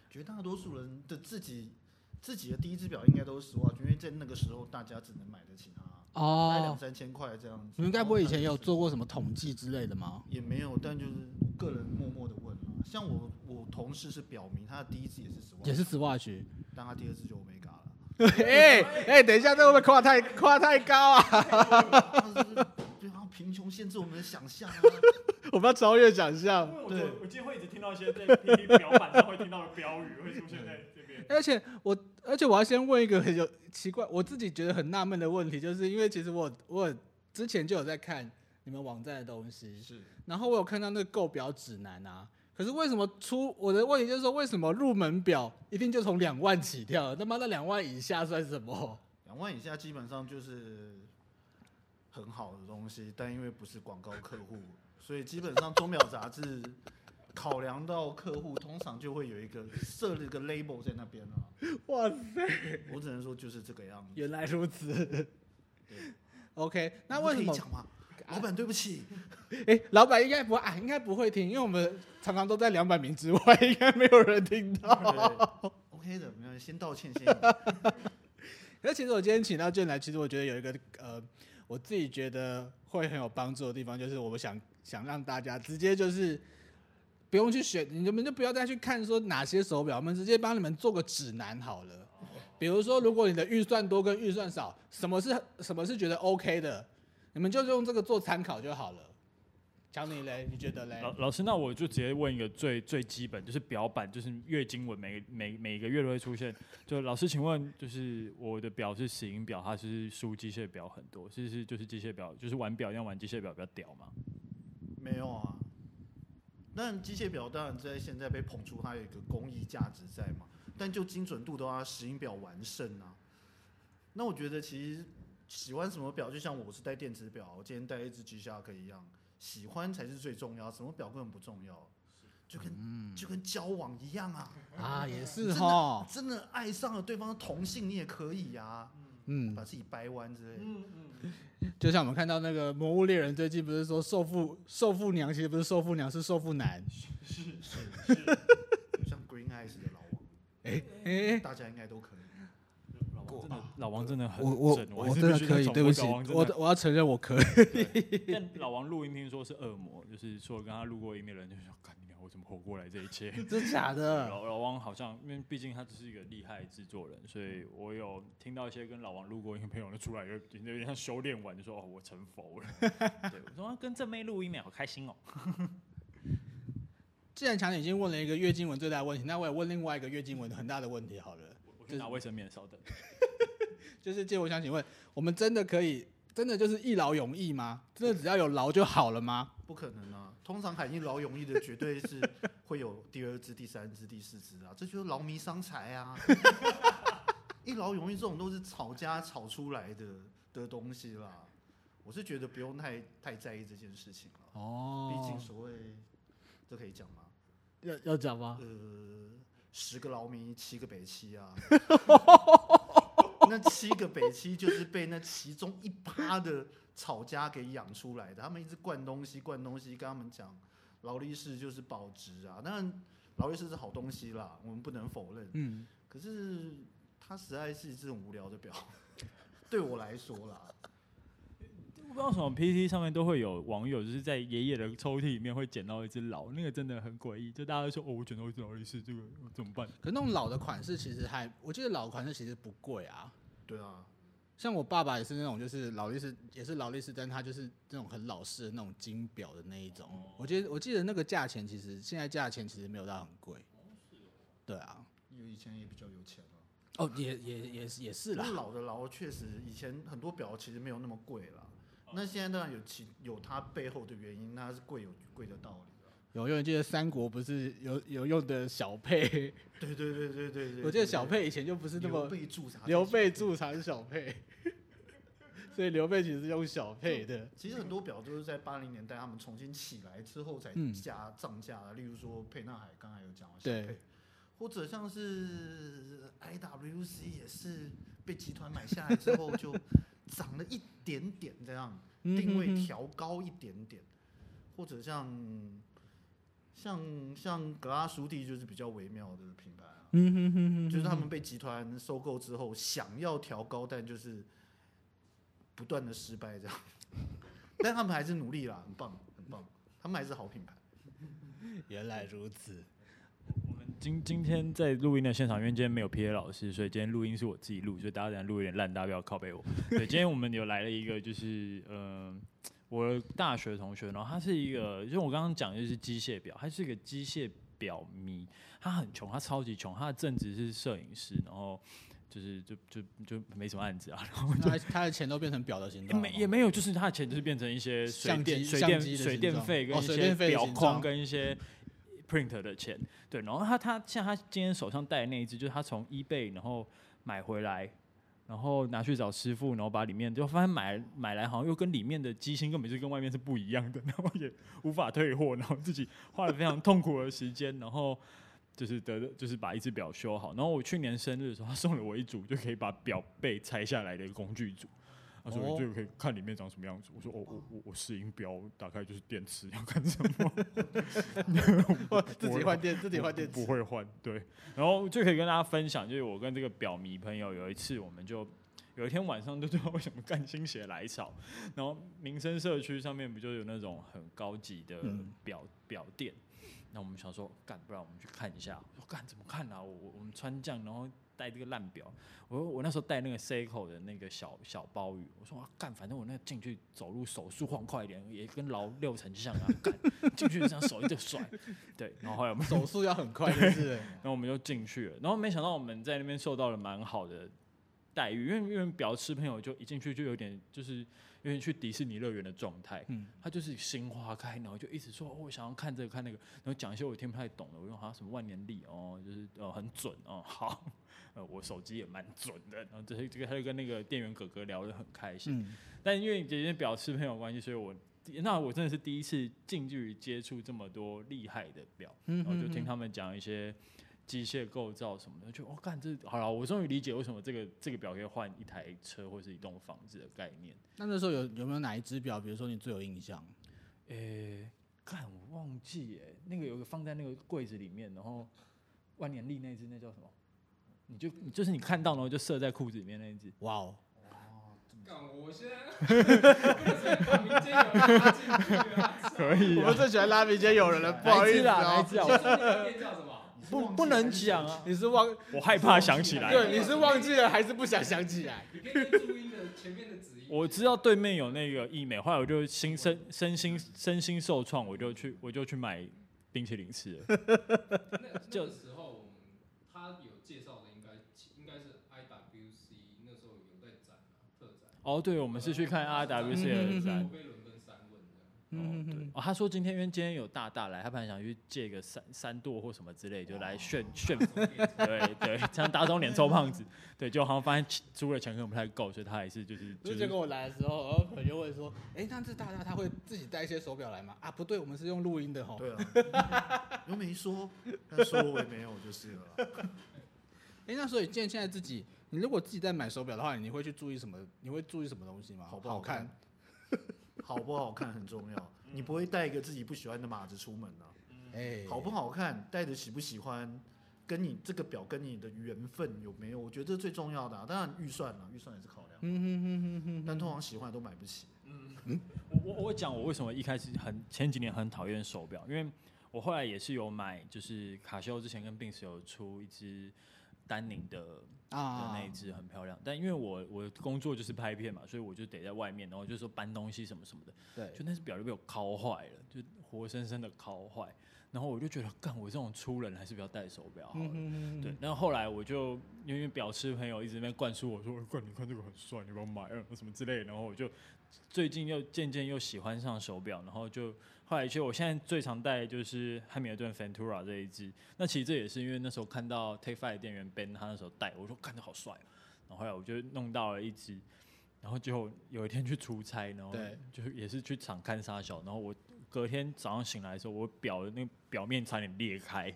绝大多数人的自己自己的第一只表应该都是 Swatch，因为在那个时候大家只能买得起它，卖两
哦，
三千块这样子。
你们该不会以前也有
然后它就是
做过什么统计之类的吗？
也没有，但就是个人默默的问啦。像我，我同事是表明，他的第一次也是 Swatch，
也是 Swatch。
但他第二次就 Omega 了。
哎哎，等一下，这会不会夸太夸太高啊？
他是 对啊，贫穷限制我们的想象啊。
我们要超越想象。
我
对
我今天会一直听到一些在 PPT 表板上会听到的标语会出现在这边。
而且我，而且我要先问一个很有奇怪，我自己觉得很纳闷的问题，就是因为其实我我之前就有在看你们网站的东西，
是，
然后我有看到那个购表指南啊。可是为什么出我的问题就是说，为什么入门表一定就从两万起跳？他妈那两万以下算什么？
两万以下基本上就是很好的东西，但因为不是广告客户，所以基本上钟表杂志考量到客户，通常就会有一个设立一个 label 在那边了、
哇，
我只能说就是这个样子。
原来如此。
对
OK，那
你
为
可
什
以
么？
讲吗？
啊
老板，对 不起，
哎、老板应该不啊，应该不会听，因为我们常常都在两百名之外，应该没有人听到。
对 OK 的，没有先道歉，先道歉
那其实我今天请到俊来，其实我觉得有一个呃，我自己觉得会很有帮助的地方，就是我们想想让大家直接就是不用去选，你们就不要再去看说哪些手表，我们直接帮你们做个指南好了。比如说，如果你的预算多跟预算少，什么是什么是觉得 OK 的，你们就用这个做参考就好了。强尼嘞，你觉得嘞？
老老师，那我就直接问一个最最基本，就是表板，就是月经文每个每每个月都会出现。就老师，请问，就是我的表是石英表，它是输机械表很多，是是就是机械表，就是玩表一样玩机械表比较屌嘛？
没有啊。但机械表当然在现在被捧出它有一个工艺价值在嘛，但就精准度的话，石英表完胜啊。那我觉得其实喜欢什么表，就像我是戴电子表，我今天戴一只 G Shock 一样，喜欢才是最重要，什么表根本不重要，就跟、就跟交往一样啊，
啊，也是
真
哈
的，真的爱上了对方的同性，你也可以啊，
嗯，
把自己掰弯之类的。
就像我们看到那个《魔物猎人》最近不是说受父受父娘，其实不是受父娘，是受父男。
像 Green Eyes 的老王，
哎哎，
大家应该都可以。
老王真的，老王真的很
我我
正还
我
是
真的
必须
可以，
重
对不
复
起，
老王真
我
的
我要承认我 可以。
但老王录音听说是恶魔，就是所有跟他录过音的人就说：“干你娘，我怎么活过来这一切？”
真的假的？
老老王好像，因为毕竟他只是一个厉害的制作人，所以我有听到一些跟老王录过音的朋友就出来有有点像修炼完就说哦，我成佛了。对，我说啊跟正妹录音呢，好开心哦。
既然强姐已经问了一个月经文最大的问题，那我也问另外一个月经文很大的问题好了，
我我去拿卫生棉，稍等。
就是借我想请问，我们真的可以真的就是一劳永逸吗？真的只要有劳就好了吗？
不可能啊！通常喊一劳永逸的，绝对是会有第二只、第三只、第四只啊， 这就是劳民伤财啊！ 一劳永逸这种都是吵架吵出来的的东西啦，我是觉得不用太太在意这件事情了。毕竟
哦，
所谓，这可以讲吗？
要要讲吗？
呃，十个劳民，七个北七啊。那七个北七就是被那其中一趴的草家给养出来的，他们一直灌东西，灌东西，跟他们讲劳力士就是保值啊。当然，劳力士是好东西啦，我们不能否认。
嗯，
可是它实在是这种无聊的表， 对我来说啦，
不知道为什么 PT 上面都会有网友就是在爷爷的抽屉里面会捡到一只老，那个真的很诡异。就大家都说哦，我捡到一只劳力士，这个我怎么办？
可那种老的款式其实还，我记得老的款式其实不贵啊。
对啊，
像我爸爸也是那种，就是劳力士，也是劳力士，但他就是那种很老式的那种金表的那一种。
哦
我记得我记得那个价钱，其实现在价钱其实没有到很贵。
哦
对啊，
因为以前也比较有钱啊。
哦，也也也是也是啦
那。老的劳确实，以前很多表其实没有那么贵啦。
哦
那现在当然有其有它背后的原因，那它是贵有贵的道理 啦。
有用，记得三国不是有有用的小佩，
对对对对对对，
我记得小佩以前就不是那
刘
么
备啊驻啥？
刘备。驻场小佩， 所以刘备其实是用小佩的。
其实很多表都是在八零年代他们重新起来之后才
嗯
加涨价的，例如说沛纳海，刚才有讲到小
对
沛，或者像是 IWC 也是被集团买下来之后就涨了一点点这样。
嗯
定位
哼哼
调高一点点，或者像像像格拉苏蒂就是比较微妙的品牌啊，
嗯哼哼哼，
就是他们被集团收购之后，想要调高，但就是不断的失败这样， 但他们还是努力啦，很棒很棒，他们还是好品牌。
原来如 此。
我们今今天在录音的现场，因为今天没有 P A 老师，所以今天录音是我自己录，所以大家等下录有点烂，大家不要靠背我。对，今天我们有来了一个，就是呃，我的大学同学，然后他是一个，就是我刚刚讲的就是机械表，他是一个机械表迷，他很穷，他超级穷，他的正职是摄影师，然后就是就就就没什么案子啊，然后
他他的钱都变成表的形
也
状了
没
吗，
也没有，就是他的钱就是变成一些水
相
电
机
水
相
电
机的
水
形
电
状
费跟
哦
一
水
些
电费的
表
形
框
状
跟一些 print 的钱。对，然后他他像他今天手上戴的那一只，就是他从 eBay 然后买回来，然后拿去找师傅，然后把里面就发现买买来好像又跟里面的机芯根本就跟外面是不一样的，然后也无法退货，然后自己花了非常痛苦的时间，然后就是得就是把一只表修好。然后我去年生日的时候，他送了我一组就可以把表背拆下来的一个工具组。他说：“
哦
你这个可以看里面长什么样子。”我说：“哦，我我我试音表打开就是电池，要看什么？
我自己
我
换电，自己换电
不
池。
会换，对。然后就可以跟大家分享，就是我跟这个表迷朋友有一次，我们就有一天晚上就不知道为什么干心血来潮，然后民生社区上面不就有那种很高级的
嗯
表、表店？那我们想说，干，不然我们去看一下。我说干怎么看啊？我我我们穿这样，然后戴这个烂表。我我那时候戴那个 Seiko 的那个小小包雨，我说啊干，反正我那个进去走路手速晃快一点，也跟老六成像啊，干 进去就这样手一直甩，对。然后后来我们
手速要很快，就是
然后我们就进去了，然后没想到我们在那边受到了蛮好的待遇，因为因为表吃朋友就一进去就有点就是有点去迪士尼乐园的状态，
嗯
他就是心花开，然后就一直说、哦我想要看这个看那个，然后讲一些我听不太懂的，我用他什么万年历哦，就是呃很准哦，好， 呃我手机也蛮准的，然后这这个他就跟那个店员哥哥聊得很开心，
嗯，
但因为姐姐表示朋友关系，所以我第那我真的是第一次近距离接触这么多厉害的表，
嗯
然后就
嗯
听
嗯
他们讲一些机械构造什么的，就哦，干这好了，我终于理解为什么这个这个表可以换一台车或是一栋房子的概念。
那那时候有有没有哪一只表，比如说你最有印象？
诶、干我忘记耶，那个有个放在那个柜子里面，然后万年历那只那叫什么？你就你就是你看到然后就射在裤子里面那一只，
哇哦，
干我现在 不能随便把民间有人拉进去啊！
可以
我们最喜欢拉民间友人了，不好意思
哪一
哦。
只啊？
你
哪一只啊
说那个店叫什么？
你是忘
不
记
不能
还是
讲啊！
你是忘
我害怕想起来。
对，你是忘记了还是不想想起来？
你可以跟注音的前面的子音。
我知道对面有那个益美，后来我就心身身心身心受创，我就去我就去买冰淇淋吃了。
那那
就
个时候，我们他有介绍的应该应该是 IWC 那时候有在展啊，特展。
哦，对，我们是去看 RWC 的
嗯
展。
我被伦敦三问
嗯
的，
哦，对，哦，他说今天因为今天有大大来，他本来想去借个三三度或什么之类，就来炫炫，对对，这样打肿脸充胖子，对，就好像发现租的钱可能不太够，所以他还是就是
就
就是
结
是
果我来的时候，然后朋友问说：“哎、那这大大他会自己带一些手表来吗？”啊，不对，我们是用录音的吼。
对啊，又没说，但说我也没有就是了啦。
哎、那所以见现在自己，你如果自己在买手表的话，你会去注意什么？你会注意什么东西吗？
好不
好
好看？好不好看很重要，你不会带一个自己不喜欢的码子出门啊。
哎、
好不好看，戴的喜不喜欢，跟你这个表跟你的缘分有没有，我觉得这是最重要的、啊。当然预算啊，预算也是考量，
嗯哼哼哼哼
但通常喜欢的都买不起。
我我我讲我为什么一开始很前几年很讨厌手表，因为我后来也是有买，就是卡西欧之前跟并 i 有出一只丹宁的的
啊
那一只很漂亮，但因为我我工作就是拍片嘛，所以我就得在外面，然后就说搬东西什么什么的，
对，
就那只表就被我敲坏了，就活生生的敲坏，然后我就觉得，干我这种粗人还是不要戴手表好了。
嗯哼哼
对，然后后来我就因为表示朋友一直在那边灌输我说，哎干你看这个很帅，你要不要买啊什么之类的，然后我就最近又渐渐又喜欢上手表，然后就后来其实我现在最常戴的就是汉密尔顿 Fentura 这一只，那其实这也是因为那时候看到 Take Five 的店员 Ben 他那时候戴，我说看着好帅哦，然后后来我就弄到了一只。然后结果有一天去出差，然后
对
就也是去厂看沙小，然后我隔天早上醒来的时候，我表的那个表面差点裂开，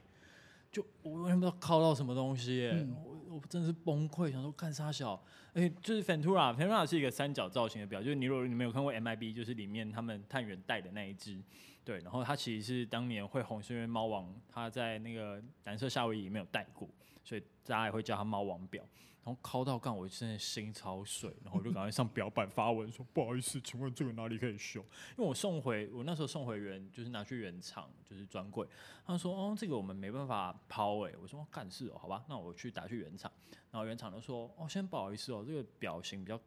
就我完全不知道靠到什么东西耶、
嗯
我我真的是崩溃，想说干啥小，哎、就是 Fentura，Fentura 是一个三角造型的表，就是你如果你没有看过 MIB，就是里面他们探员戴的那一只，对，然后它其实是当年会红，是因为猫王他在那个蓝色夏威夷没有戴过，所以大家也会叫它猫王表。然后敲到干，我真的心超碎，然后我就赶快上表板发文说不好意思，请问这个哪里可以修？因为我送回我那时候送回原就是拿去原厂就是专柜，他说哦这个我们没办法抛哎、我说哦干事哦好吧，那我去打去原厂，然后原厂就说哦先不好意思哦这个表型比较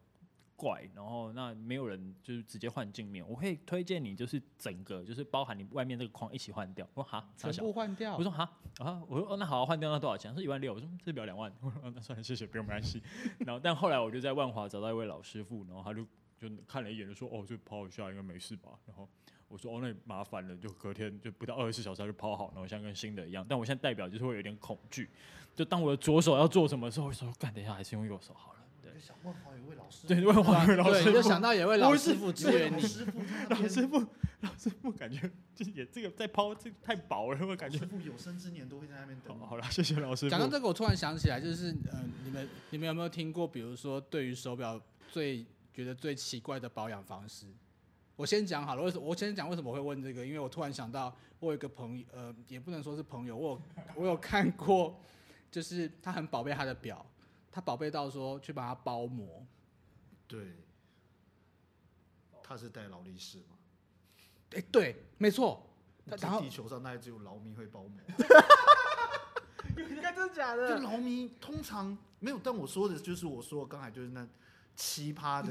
怪，然后那没有人就是直接换镜面，我可以推荐你就是整个就是包含你外面这个框一起换掉。我 说哈，
全
傻小
部换掉
我。说哈啊，我说哦，那好、啊，换掉那多少钱？他说一万六。我说嗯这表两万。我说哦那算了，谢谢，不用没关系。然后但后来我就在万华找到一位老师傅，然后他就就看了一眼，就说哦，就抛一下，应该没事吧。然后我说哦，那也麻烦了，就隔天就不到二十四小时他就抛好，然后像跟新的一样。但我现在代表就是会有点恐惧，就当我的左手要做什么的时候，我就说干，等一下还是用右手好了。对，
就想问黄伟老师，
对，问黄伟老
对，
师
你就
傅，
想到有位老
不
师
是
傅支
对
援
老
你，
师傅在那边，
老师傅，老师傅感觉就是也这个在抛，这个太薄了，我感觉
老师。傅有生之年都会在那边等
好
你。
好了，谢谢老师
讲到
傅。
这个，我突然想起来，就是呃，你们你们有没有听过，比如说对于手表最觉得最奇怪的保养方式？我先讲好了，为什么我先讲为什么我会问这个？因为我突然想到，我有一个朋友，呃，也不能说是朋友，我有我有看过，就是他很宝贝他的表，他宝贝到说去把它包膜，
对，他是戴劳力士嘛？
哎、对，没错，他然
这
后
地球上大概只有劳迷会包膜，
应该真的假
就？劳迷通常没有。但我说的就是我说的刚才就是那奇葩的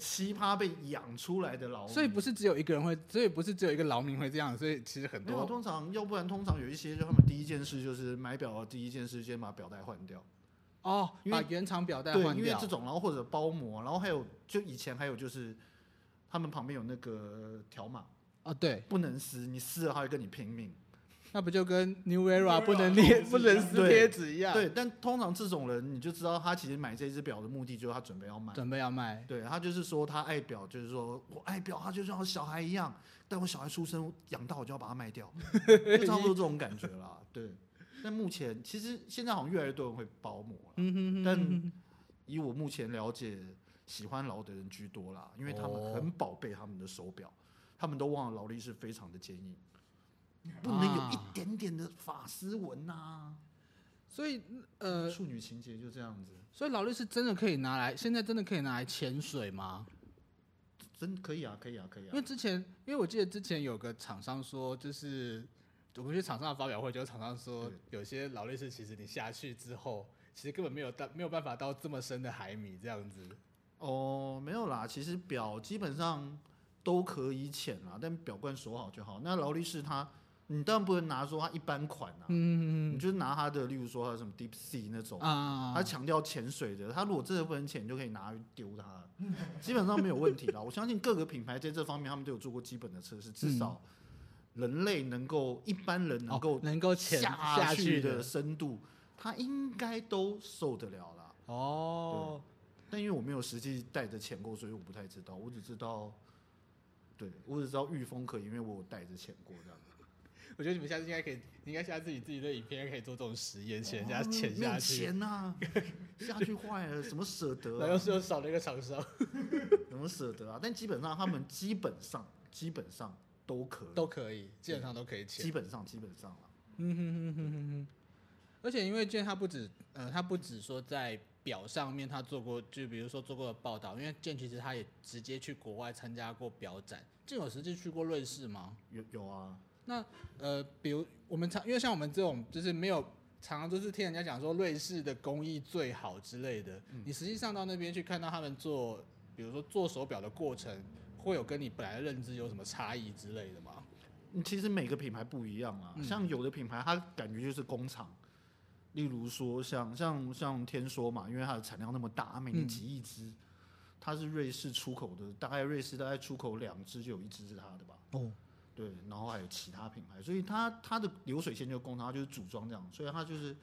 奇葩被养出来的劳迷，
所以不是只有一个人会，所以不是只有一个劳民会这样，所以其实很
没有，
多
通常要不然通常有一些，就他们第一件事就是买表，第一件事先把表带换掉。
哦，
因为
把原厂表带
对，
换
因为
掉
这，种，然后或者包膜，然后还有就以前还有就是，他们旁边有那个条码，
哦，对。
不能撕，你撕了他会跟你拼命。
那不就跟 New Era
New Era
不能贴
不
不
是
能撕
对
贴纸一样？，
对，但通常这种人你就知道他其实买这只表的目的就是他准备要卖。
准备要卖，
对他就是说他爱表，就是说我爱表，他就像我小孩一样，但我小孩出生养大我就要把它 卖掉，就差不多这种感觉啦。对，但目前其实现在好像越来越多人会包膜了。
嗯哼哼
但
哼哼
以我目前了解，喜欢劳的人居多啦，因为他们
哦
很宝贝他们的手表，他们都忘了劳力士非常的坚硬，不能有一
啊
点点的法丝纹呐。
所以呃，
处女情节就这样子，
所以劳力士真的可以拿来，现在真的可以拿来潜水吗？
真可以啊，可以啊，可以
因
啊
为。之前，因为我记得之前有个厂商说，就是我们去厂商的发表会，就有厂商说，有些劳力士其实你下去之后，其实根本没有到没有办法到这么深的海米这样子。
哦，没有啦，其实表基本上都可以浅啦，但表冠锁好就好。那劳力士它，你当然不能拿说它一般款啊，你
嗯
就拿它的，例如说它什么 Deep Sea 那种。
啊
他强调潜水的，他如果真的不能潜，你就可以拿去丢它，基本上没有问题啦。我相信各个品牌在这方面，他们都有做过基本的测试，至少人类能够一般人能
嗯
够
哦能够潜
下
去
的深度，他应该都受得了啦。
哦，
但因为我没有实际带着潜过，所以我不太知道。我只知道，对我只知道御风可以，因为我有带着潜过这样。
我觉得你们下次应该可以，你应该下次你自己的影片可以做这种实验，潜人家
哇
潜
哦没有
下去。
钱呐、下去坏了，怎么舍得、啊？
然后又又少了一个厂商，
怎么舍得啊？但基本上他们基本上基本上都可以，
都可以，基本上都可以
基
签。
本上基本上了。
嗯哼哼哼哼哼。而且因为健它不止，呃，它不止说在表上面他做过，就比如说做过的报道，因为健其实他也直接去国外参加过表展。健有实际去过瑞士吗？
有有啊，
呃，比如我们常因为像我们这种就是没有常常就是听人家讲说瑞士的工艺最好之类的，你实际上到那边去看到他们做，比如说做手表的过程，会有跟你本来的认知有什么差异之类的吗？
嗯其实每个品牌不一样啊，
嗯
像有的品牌它感觉就是工厂。例如说像，像像天梭嘛，因为它的产量那么大，它每年
嗯
几亿只，它是瑞士出口的，大概瑞士大概出口两只就有一只是它的吧。
哦，
对，然后还有其他品牌，所以它它的流水线就是工厂，它就是组装这样，所以它就是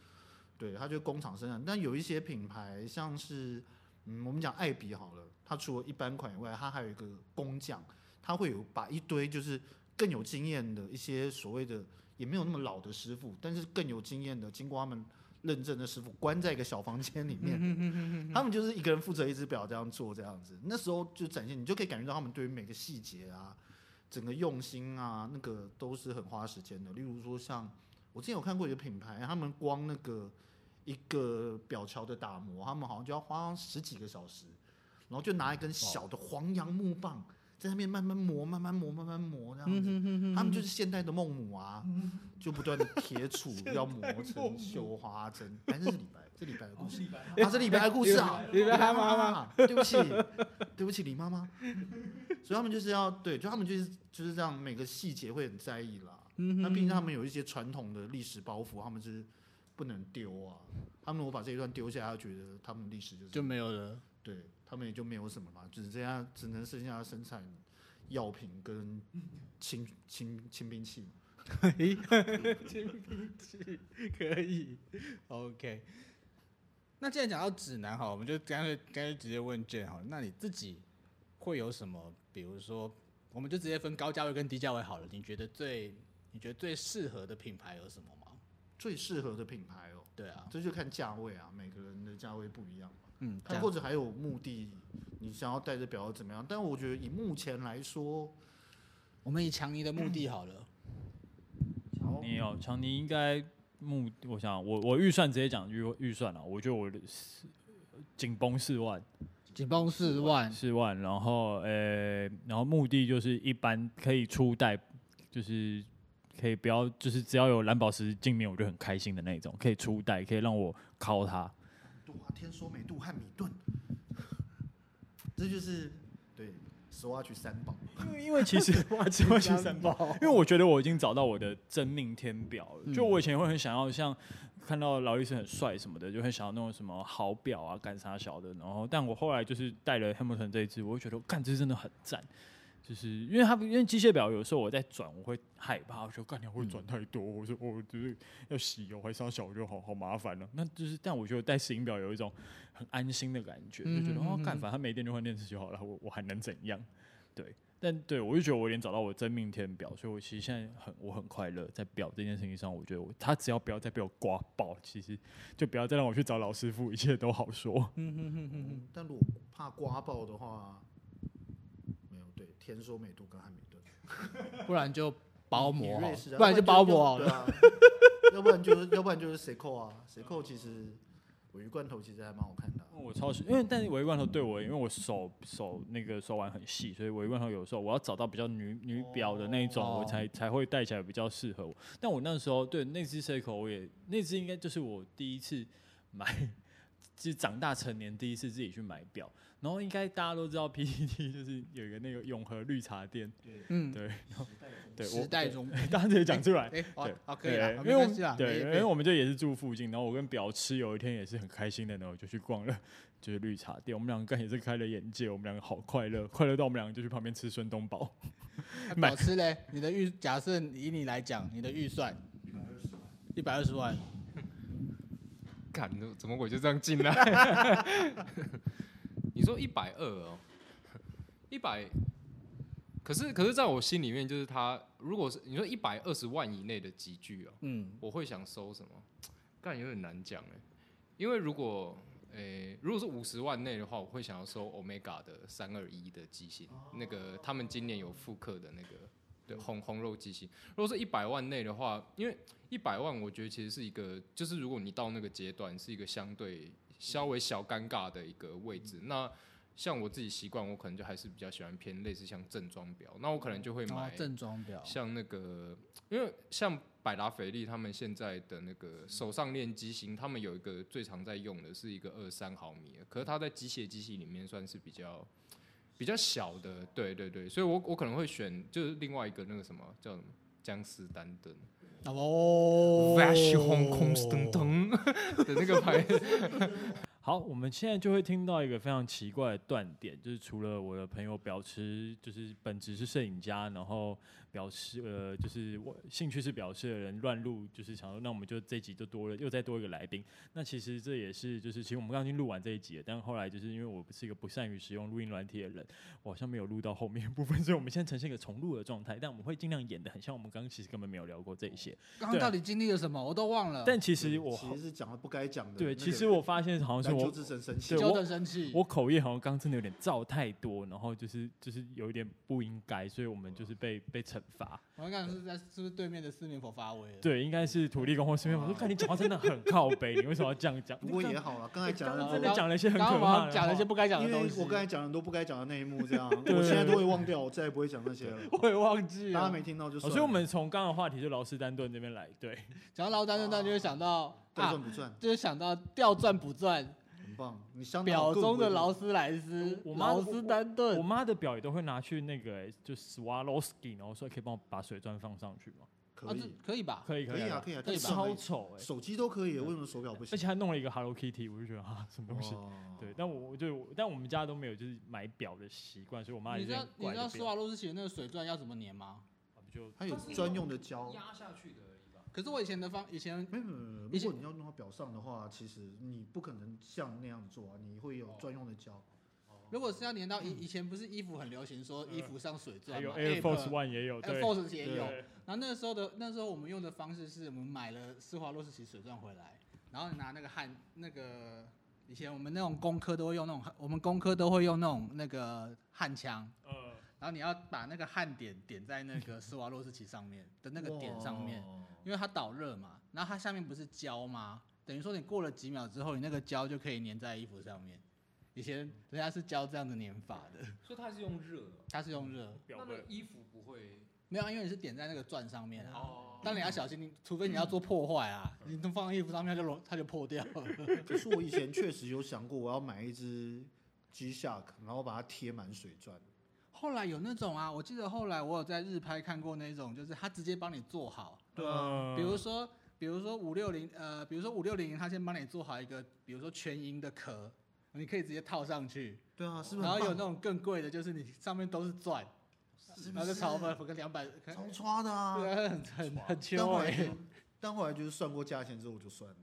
对，它就是工厂生产。但有一些品牌，像是嗯，我们讲艾比好了，它除了一般款以外，它还有一个工匠，它会有把一堆就是更有经验的一些所谓的也没有那么老的师傅，但是更有经验的，经过他们认证的师傅关在一个小房间里面，他们就是一个人负责一只表这样做这样子。那时候就展现，你就可以感觉到他们对于每个细节啊，整个用心啊，那个都是很花时间的。例如说像我之前有看过一个品牌，他们光那个一个表桥的打磨，他们好像就要花十几个小时，然后就拿一根小的黄杨木棒在那边慢慢磨，慢慢磨，慢慢磨这
嗯
样子。他们就是现代的孟母啊，就不断的铁杵 要磨成绣花针。哎，这是李白，这李白
哦
的 故事啊，这李白的故事啊，
李白李白
他
妈
妈，对不起，对不起，李妈妈。所以他们就是要对，就他们就是就是这样，每个细节会很在意啦。
嗯
那毕竟他们有一些传统的历史包袱，他们就是不能丢啊。他们如果把这一段丢下来，他觉得他们历史就是
就没有了。
对他们也就没有什么嘛，只剩下只能剩下生产药品跟清清清兵器嘛。
精兵器可以，OK。那既然讲到指南好了，我们就干脆干脆直接问卷好了。那你自己会有什么？比如说，我们就直接分高价位跟低价位好了。你觉得最你觉得最适合的品牌有什么吗？
最适合的品牌哦，
对啊，
这就看价位啊，每个人的价位不一样嘛。
嗯，这
那
样
或者还有目的，你想要带着表怎么样？但我觉得以目前来说，
我们以强尼的目的好了。
好
你哦，强尼应该目，我想我我预算直接讲预预算了、我觉得我的四紧绷四万
紧绷四万，
四万，然后呃，然后目的就是一般可以初代，就是可以不要，就是只要有蓝宝石镜面我就很开心的那种，可以初代，可以让我靠它。
杜华啊天说美杜汉米顿， 这就是对 Swatch 三宝。
因为因为其 实我只会去三
包，
因为我觉得我已经找到我的真命天表了。
嗯
就我以前会很想要像看到劳力士很帅什么的，就很想要那种什么好表啊、干啥小的。然后，但我后来就是戴了 Hamilton 这一只，我就觉得干这真的很赞。就是因为它因为机械表有时候我在转，我会害怕，我说干你会转太多，我说我就是要洗油还是要小，我就好好麻烦了、哦那就是，但我觉得戴石英表有一种很安心的感觉，就觉得
嗯嗯
哦
嗯，
干
嗯
反正它没电就换电池就好了，我我还能怎样？对，但对我就觉得我有点找到我真命天表，所以我其实现在很我很快乐，在表这件事情上，我觉得我他只要不要再被我刮爆，其实就不要再让我去找老师傅，一切都好说。
嗯哼哼哼哼，
但如果怕刮爆的话，没有对天说美杜跟汉米顿，
不然就包
以
膜好
瑞
了
士啊，
不然就包膜好
要
了。
对啊，要不然就是要不然就是谁扣啊？谁扣其实尾鱼罐头其实还蛮好看的啊、
哦我超喜，因为但是围罐头对我，因为我手手那个手腕很细，所以围罐头有时候我要找到比较女女表的那一种，
哦
我才才会戴起来比较适合我。但我那时候对那只 Seiko，我也那只应该就是我第一次买， 就是长大成年第一次自己去买表。然后应该大家都知道 PPT 就是有一个那个永和绿茶店，
嗯，
对对，我
时代中，
大家直接讲出来。
哎，好
对，
好，可以了，好
对
没
因为我
关
们
系啦。
对，
没
因
没
为我们就也是住附近，然后我跟表吃有一天也是很开心的呢，我就去逛了就是绿茶店，我们两个也是开了眼界，我们两个好快乐，快乐到我们两个就去旁边吃孙东宝，
那
买
保持嘞，你的预假设以你来讲，你的预算一百二十万，
干，怎么我就这样进来？你说一百二哦，一百，可是可是在我心里面，就是他如果是你说一百二十万以内的集聚哦，
嗯，
我会想收什么？干有点难讲哎，因为如果诶、如果是五十万内的话，我会想要收 Omega 的三二一的机芯，那个他们今年有复刻的那个对红红肉机芯。如果是一百万内的话，因为一百万我觉得其实是一个，就是如果你到那个阶段，是一个相对稍微小尴尬的一个位置。那像我自己习惯，我可能就还是比较喜欢偏类似像正装表，那我可能就会
然后
买
哦正装表，
像那个，因为像百达翡丽他们现在的那个手上链机型，他们有一个最常在用的是一个二三毫米的，可是它在机械机器里面算是比较比较小的，对对对，所以我我可能会选就是另外一个那个什么叫什么江诗丹顿
哦
v a s h Hong Kong s t n d n 的那个牌子，
好，我们现在就会听到一个非常奇怪的断点，就是除了我的朋友表示，就是本职是摄影家，然后表示呃，就是我兴趣是表示的人乱录，就是想说，那我们就这集就多了，又再多一个来宾。那其实这也是，就是其实我们刚刚已经录完这一集了，但后来就是
啊
因为我不是一个不善于使用录音软体的人，我好像没有录到后面的部分，所以我们现在呈现一个重录的状态，但我们会尽量演的很像我们刚刚其实根本没有聊过这一些。
刚刚到底经历了什么，我都忘了。
但其实我
其实是讲了不该讲的。
对，其实我发现好像是
篮球
我
之神生气
对，
纠
我
正生气，
我口业好像刚真的有点造太多，然后就是就是有一点不应该，所以我们就是被被惩罚。
我刚刚是在是不是对面的四面佛发威了？，
对，应该是土地公或是面，我说看你讲话真的很靠北，你为什么要这样讲？
不过
你
也
刚
好了，刚才讲
刚
了
刚
很
真
多
的讲了一些很
刚
可
刚我
怕
们
的，
讲了一些，不该讲的
因为
东西，
我刚才讲很多不该讲的那一幕，这样
对
我现在都会 忘掉，我再也不会讲那些了。
我也忘记
大家
了。
没听到就
哦
算了，
所以我们从刚刚的话题就劳斯丹顿这边来，对，
讲到劳丹顿，大家就会想到
对赚
啊，
不赚，
就是想到调转不转，
很棒。你相当
表
更
中的
会
劳斯莱斯、
我妈
劳斯丹
我
顿，
妈的表也都会拿去那个、欸就 Swarovski，然后说可以帮我把水钻放上去吗？
啊，
可
这
以，
可以吧？
可以
可以啊，可以啊，
可以吧
超
手
丑哎、欸
手机都可以，为什么手表不行
而？且还弄了一个 Hello Kitty，我就觉得啊，什么东西？
哦
对，但我我就我但我们家都没有就是买表的习惯，所以我妈
你
也
知
是
道你知道
怪
施
的表
华洛世奇的那个水钻要怎么粘吗？
啊不就
它有专用的胶，
压下去的而已吧。
可是我以前的方，以前
没有没有没有，
以
如
前
果你要弄到表上的话，其实你不可能像那样做啊，你会有专用的胶。
如果是要粘到以以前不是衣服很流行说衣服上水
嗯还
钻
有
啊嘛
Air Force One 也有，
Air
对
Force 也有。
对
然后那个时候的那时候我们用的方式是我们买了施华洛世奇水钻回来，然后拿那个焊那个以前我们那种工科都会用那种焊，我们工科都会用那种那个焊枪，
呃，
然后你要把那个焊点点在那个施华洛世奇上面的那个点上面，
哇，
因为它导热嘛，然后它下面不是胶吗？等于说你过了几秒之后，你那个胶就可以粘在衣服上面。以前人家是胶这样的粘法的，
所以它还是用热的哦。
它是用热，
表
那
妹
那衣服不会
没有啊，因为你是点在那个钻上面啊。
哦
当然要小心，你除非你要做破坏啊，你都放在衣服上面它就融， 它就破掉了。
可是我以前确实有想过，我要买一只 G Shock，然后把它贴满水钻。
后来有那种啊，我记得后来我有在日拍看过那种，就是他直接帮你做好，
对
呃
啊，
比如说比如说五六零呃，比如说五六零，他先帮你做好一个，比如说全银的壳，你可以直接套上去，
对啊，是不是
然后
很
有
棒？
那种更贵的，就是你上面都是钻，
是不
然后就是超粉，跟两百，对
超刷的
啊，
啊！
很很很
但
秋
后
哎、
来就，但后来就是算过价钱之后我就算了。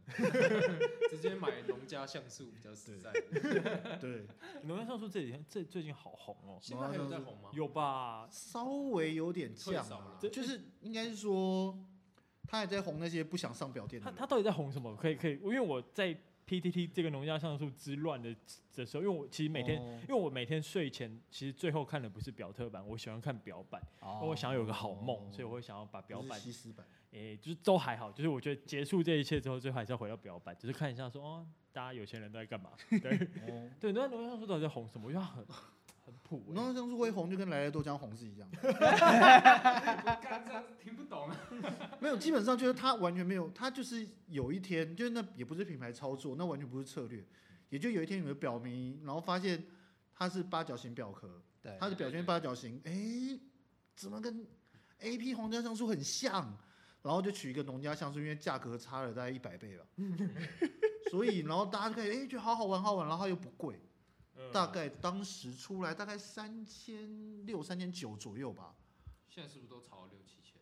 直接买农家像素比较实在。
对，
牛奶上树这几天这最近好红哦，
现在还有在红吗？
有吧？
稍微有点
退
降
烧
啊
了，
就是应该是说他还在红那些不想上表店的
他
人。
他到底在红什么？可以可以，因为我在 PTT 这个农家上树之乱的的时候，因为我其实每天。
哦
因为我每天睡前，其实最后看的不是表特版，我喜欢看表版，因为我
哦，
想要有个好梦，
哦
所以我会想要把表
不是
版
西施版，
诶、就是都还好，就是我觉得结束这一切之后，最后还是要回到表板，只、是看一下说哦，大家有钱人都在干嘛？ 对
哦，
对，那龙上说到底在红什么？我觉得很很普、欸，
我那像是会红就跟来来豆浆红是一样的，
干这样子听不懂啊。
没有，基本上就是他完全没有，他就是有一天，就是那也不是品牌操作，那完全不是策略，也就有一天有个表迷，然后发现它是八角形表壳，
对，
它的表现八角形，哎，怎么跟 A P 皇家橡树很像？然后就取一个农家橡树，因为价格差了大概一 百倍吧，所以然后大家就开始哎觉得好好玩好玩，然后它又不贵，
嗯
大概当时出来大概三千六三千九左右吧。
现在是不是都炒六七千？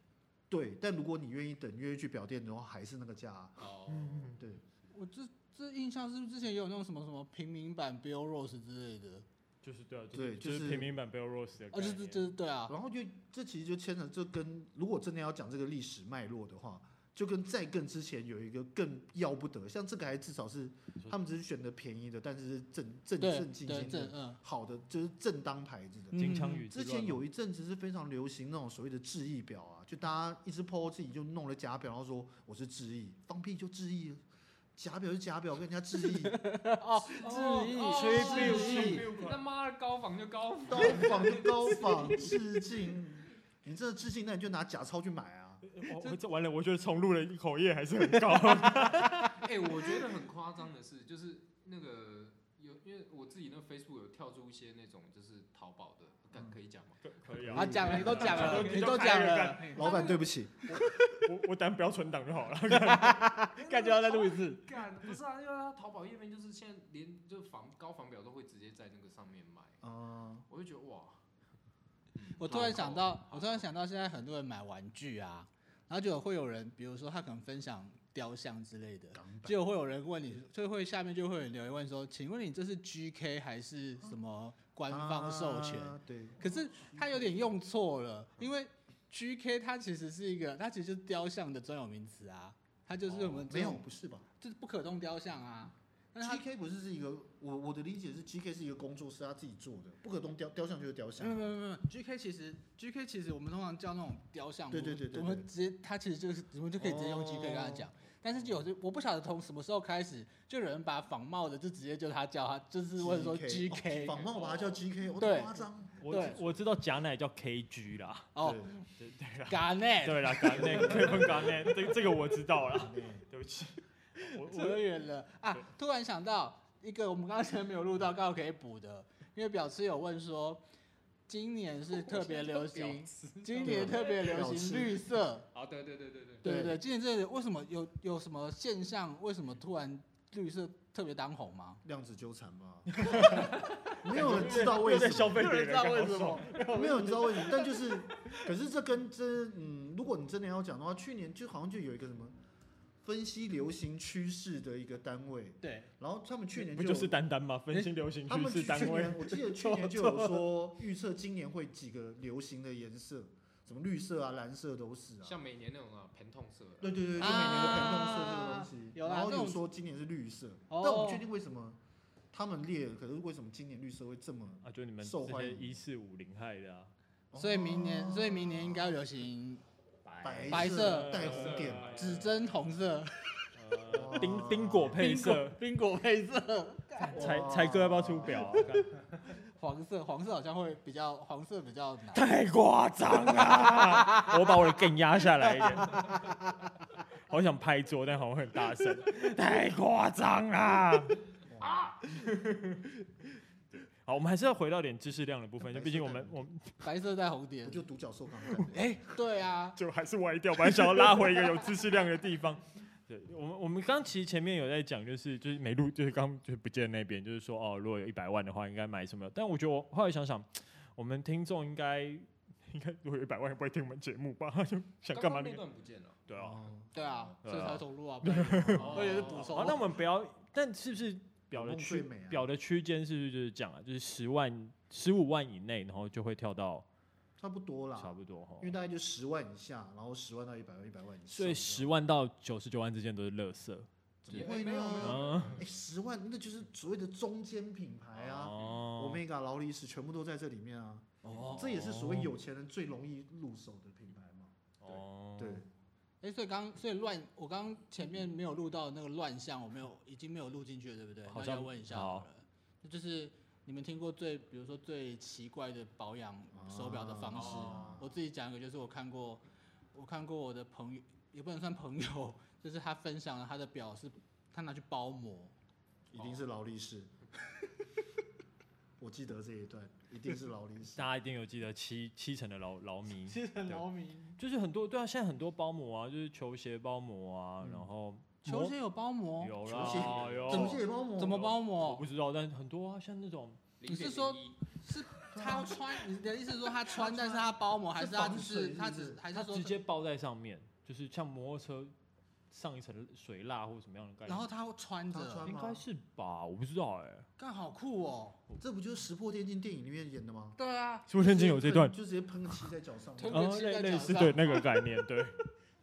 对，但如果你愿意等，愿意去表店的话，还是那个价啊、
哦，
嗯，
对，
我这这印象是不是之前也有那种什么什么平民版 Bill Rose 之类的？
就是对啊，就
对
是
就
就是是平民版 Bill Rose 的概
哦，就
念，
是就是对啊，
然后就这其实就牵扯这跟如果真的要讲这个历史脉络的话，就跟再更之前有一个更要不得，像这个还至少是
你说
他们只是选的便宜的，但是是正正
对
正经
对
经
正
的
嗯，
好的，就是正当牌子的。
金枪鱼
嗯之
乱
前
吗
有一阵子是非常流行那种所谓的质疑表啊，就大家一直 PO 自己就弄了假表，然后说我是质疑，放屁就质疑了，假表就假表，跟人家质疑，
致意
致意
那妈的高仿就高仿，
高仿就高仿，致敬。你真的致敬，那你就拿假钞去买啊。
哦我我这完了，我觉得重录了一口液还是很高，
哎、我觉得很夸张的是，就是那个有，因为我自己那 Facebook 有跳出一些那种就是淘宝的，干可以讲吗？哎
可以
啊，
啊，
讲了，你都讲 了，
嗯
你都讲了，
老板，对不起，
我我等下不要存档就好了，
感觉要再录一次。
干不是啊，因为他淘宝页面就是现在连就仿高仿表都会直接在那个上面买，
啊
嗯，
我就觉得哇，
我突然想到，我突然想到，现在很多人买玩具啊，然后就会有人，比如说他可能分享雕像之类的，
港版
就会有人问你，就会下面就会有人留言问说，请问你这是 GK 还是什么官方授权？
啊对，
可是他有点用错了，因为 GK 它其实是一个，它其实就是雕像的专有名词啊，它就是我们、
哦没有，，不是吧
就是不可动雕像啊。但是它
？GK 不是是一个，我我的理解是 GK 是一个工作室，他自己做的，不可动雕雕像就是雕像
没有。没有没有没有，GK 其实 GK 其实我们通常叫那种雕像，
对对对对哦
我们直接它其实就是我们就可以直接用 GK 跟他讲。但是就有时我不晓得从什么时候开始，就有人把仿冒的就直接就他叫他，就是或者说 GK
哦仿冒把它叫 GK，我
对
夸张。
我
对
我知道假奶叫 KG 啦，
哦欸
对
对，
对 啦，
，Garnet
对啦，假奶 Kevin Garnett，这这个我知道啦，
对
对不起，我我
扯远了啊！突然想到一个我们刚刚才没有录到，刚好可以补的，因为表痴有问说，今年是特别流行， 今
啊
年特别流行绿色。
啊，对对对对对，
对对
对
对，今年这为什么有有什么现象？为什么突然绿色特别当红吗？
量子纠缠吧，没有人 知道为
又在
什
消
么，
费别人，
没有人
干
知道为什
好爽
么
没有人知道为什么，但就是， 可是这跟真嗯，如果你真的要讲的话，去年就好像就有一个什么分析流行趋势的一个单位，
对，
然后他们去年
不
就哎
就是丹丹吗？分析流行
他
趋
们去
势单位
年，我记得去 年就有说预测今年会几个流行的颜色，什么绿色啊、蓝色都是啊。
像每年那种啊，盆痛色啊，
对对对，就每年的
啊
偏动色这个东西，
有啦
然后
那种
有说今年是绿色，
哦
但我不确定为什么他们列了，可是为什么今年绿色会这么？哦
啊，就你们
受
这
欢
些
迎
一四五零害的啊，
所以明年，所以明年应该要流行
白
白色
带红点，哦
指针红色、
呃丁丁果配色，
冰果配色、
才才哥要不要出表啊？干
黄色，黄色好像会比较，黄色比较 难。
太夸张 了！我把我的更压下来一点，好想拍桌，但好像很大声，太夸张了！
啊，
好，我们还是要回到点知识量的部分，
那
就
白
毕竟
色
我们
带
我们
白色带红
我
点，
就独角兽刚刚
哎、对啊，
就还是歪掉，本来想要拉回一个有知识量的地方。对，我们我们刚其实前面有在讲，就是就是没录，就是刚就是不见那边，就是说哦，如果有一百万的话，应该买什么？但我觉得我后来想想，我们听众应该应该如果有一百万，也不会听我们节目吧？就想干嘛
刚刚
那
那
个？
段不见了？
对啊。
对啊，
对
所
啊
以才重录啊，不然而且是补
好，
充。
那我们不要，但是不是表的
梦
区、
最美啊
表的区间是不是就是讲啊，就是十万、十五万以内，然后就会跳到
差不多
差
啦，
不多哈
啊因。为大概就十万以下，然后十万到一百万，一百万以上。
所以十万到九十九万之间都是垃圾。
怎么会
没有没
呢？
嗯，
哎，十万那就是所谓的中间品牌啊
哦，
，Omega、劳力士全部都在这里面啊，
哦
这也是所谓有钱人最容易入手的品牌嘛。
哦，
对，
哎、所以刚所以乱，我刚前面没有录到那个乱象，我没有已经没有录进去了，对不对？
好
那
像
要问一下
好
好了，那就是你们听过最，比如说最奇怪的保养哦手表的方式。
哦
啊
我自己讲一个，就是我看过，我看过我的朋友，也不能算朋友， 就是他分享了他的表是，他拿去包膜，
一定是劳力士。 我记得这一段，一定是劳力 士
大。家一定有记得七七成的劳劳迷，
很
劳
民。
就是很多对啊，现在很多包膜啊，就是球鞋包膜啊，然后
球鞋有包膜
膜？有
球鞋
啦有，
怎么解包膜？
怎么包
我
膜？
不知道，但很多啊，像那种
你是说是他要穿？你的意思是说他穿，但是他包膜，还是他只
是
是他
防水是不
只
是
还
它
是说
直？接包在上面，就是像摩托车上一层水蜡或者什么样的概念。
然后他会穿
他
着
穿，
应该是吧，我不知道哎、
干好酷哦！
这不就是《石破天惊》电影里面演的吗？
对啊，
是不是有这段？
就直接喷个漆在脚上
喷
吗。
个
哦，
漆在脚
类类似
上
对那个概念，对，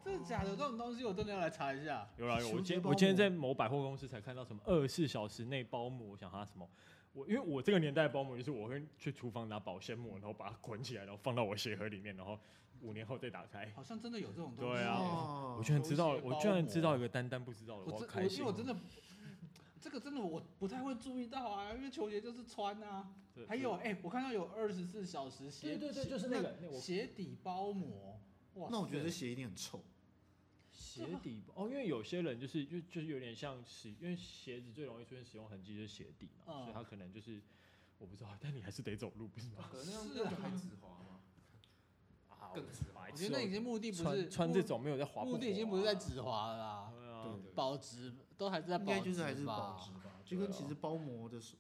真的假的？这种东西我真的要来查一下。
有啦有。我
熊
今
猫
我今天
膜
在某百货公司才看到什么二十四小时内包膜，我想它什么。我因为我这个年代的包膜就是我会去厨房拿保鲜膜，然后把它捆起来，然后放到我鞋盒里面，然后五年后再打开。
好像真的有这种东西。
对啊
哦
我居然知道，
球鞋
我居然
包
知道
膜啊
一个丹丹不知道的，
我
好
真
开
我因
心
为
哦。
我真的这个真的我不太会注意到啊，因为球鞋就是穿啊。
对
还有哎、我看到有二十四小时鞋
对对对，就是那个那我
鞋底包膜。哇塞，
那我觉得鞋一定很臭。
鞋底
啊
吧哦，因为有些人就是就就是有点像使，因为鞋子最容易出现使用痕迹就是鞋底嘛，
嗯
所以他可能就是我不知道，但你还是得走路，不是吗？
可能那样
是
那
啊
样还止滑吗？
啊
更直白
我觉得那已经目的不是
穿穿这，种没有在
目
滑步、啊
目的已经不是在止滑了啦，
对
对
啊，
保值都还是在
应
保值吧。
该就是还是保值吧，就跟
对啊
其实包膜的时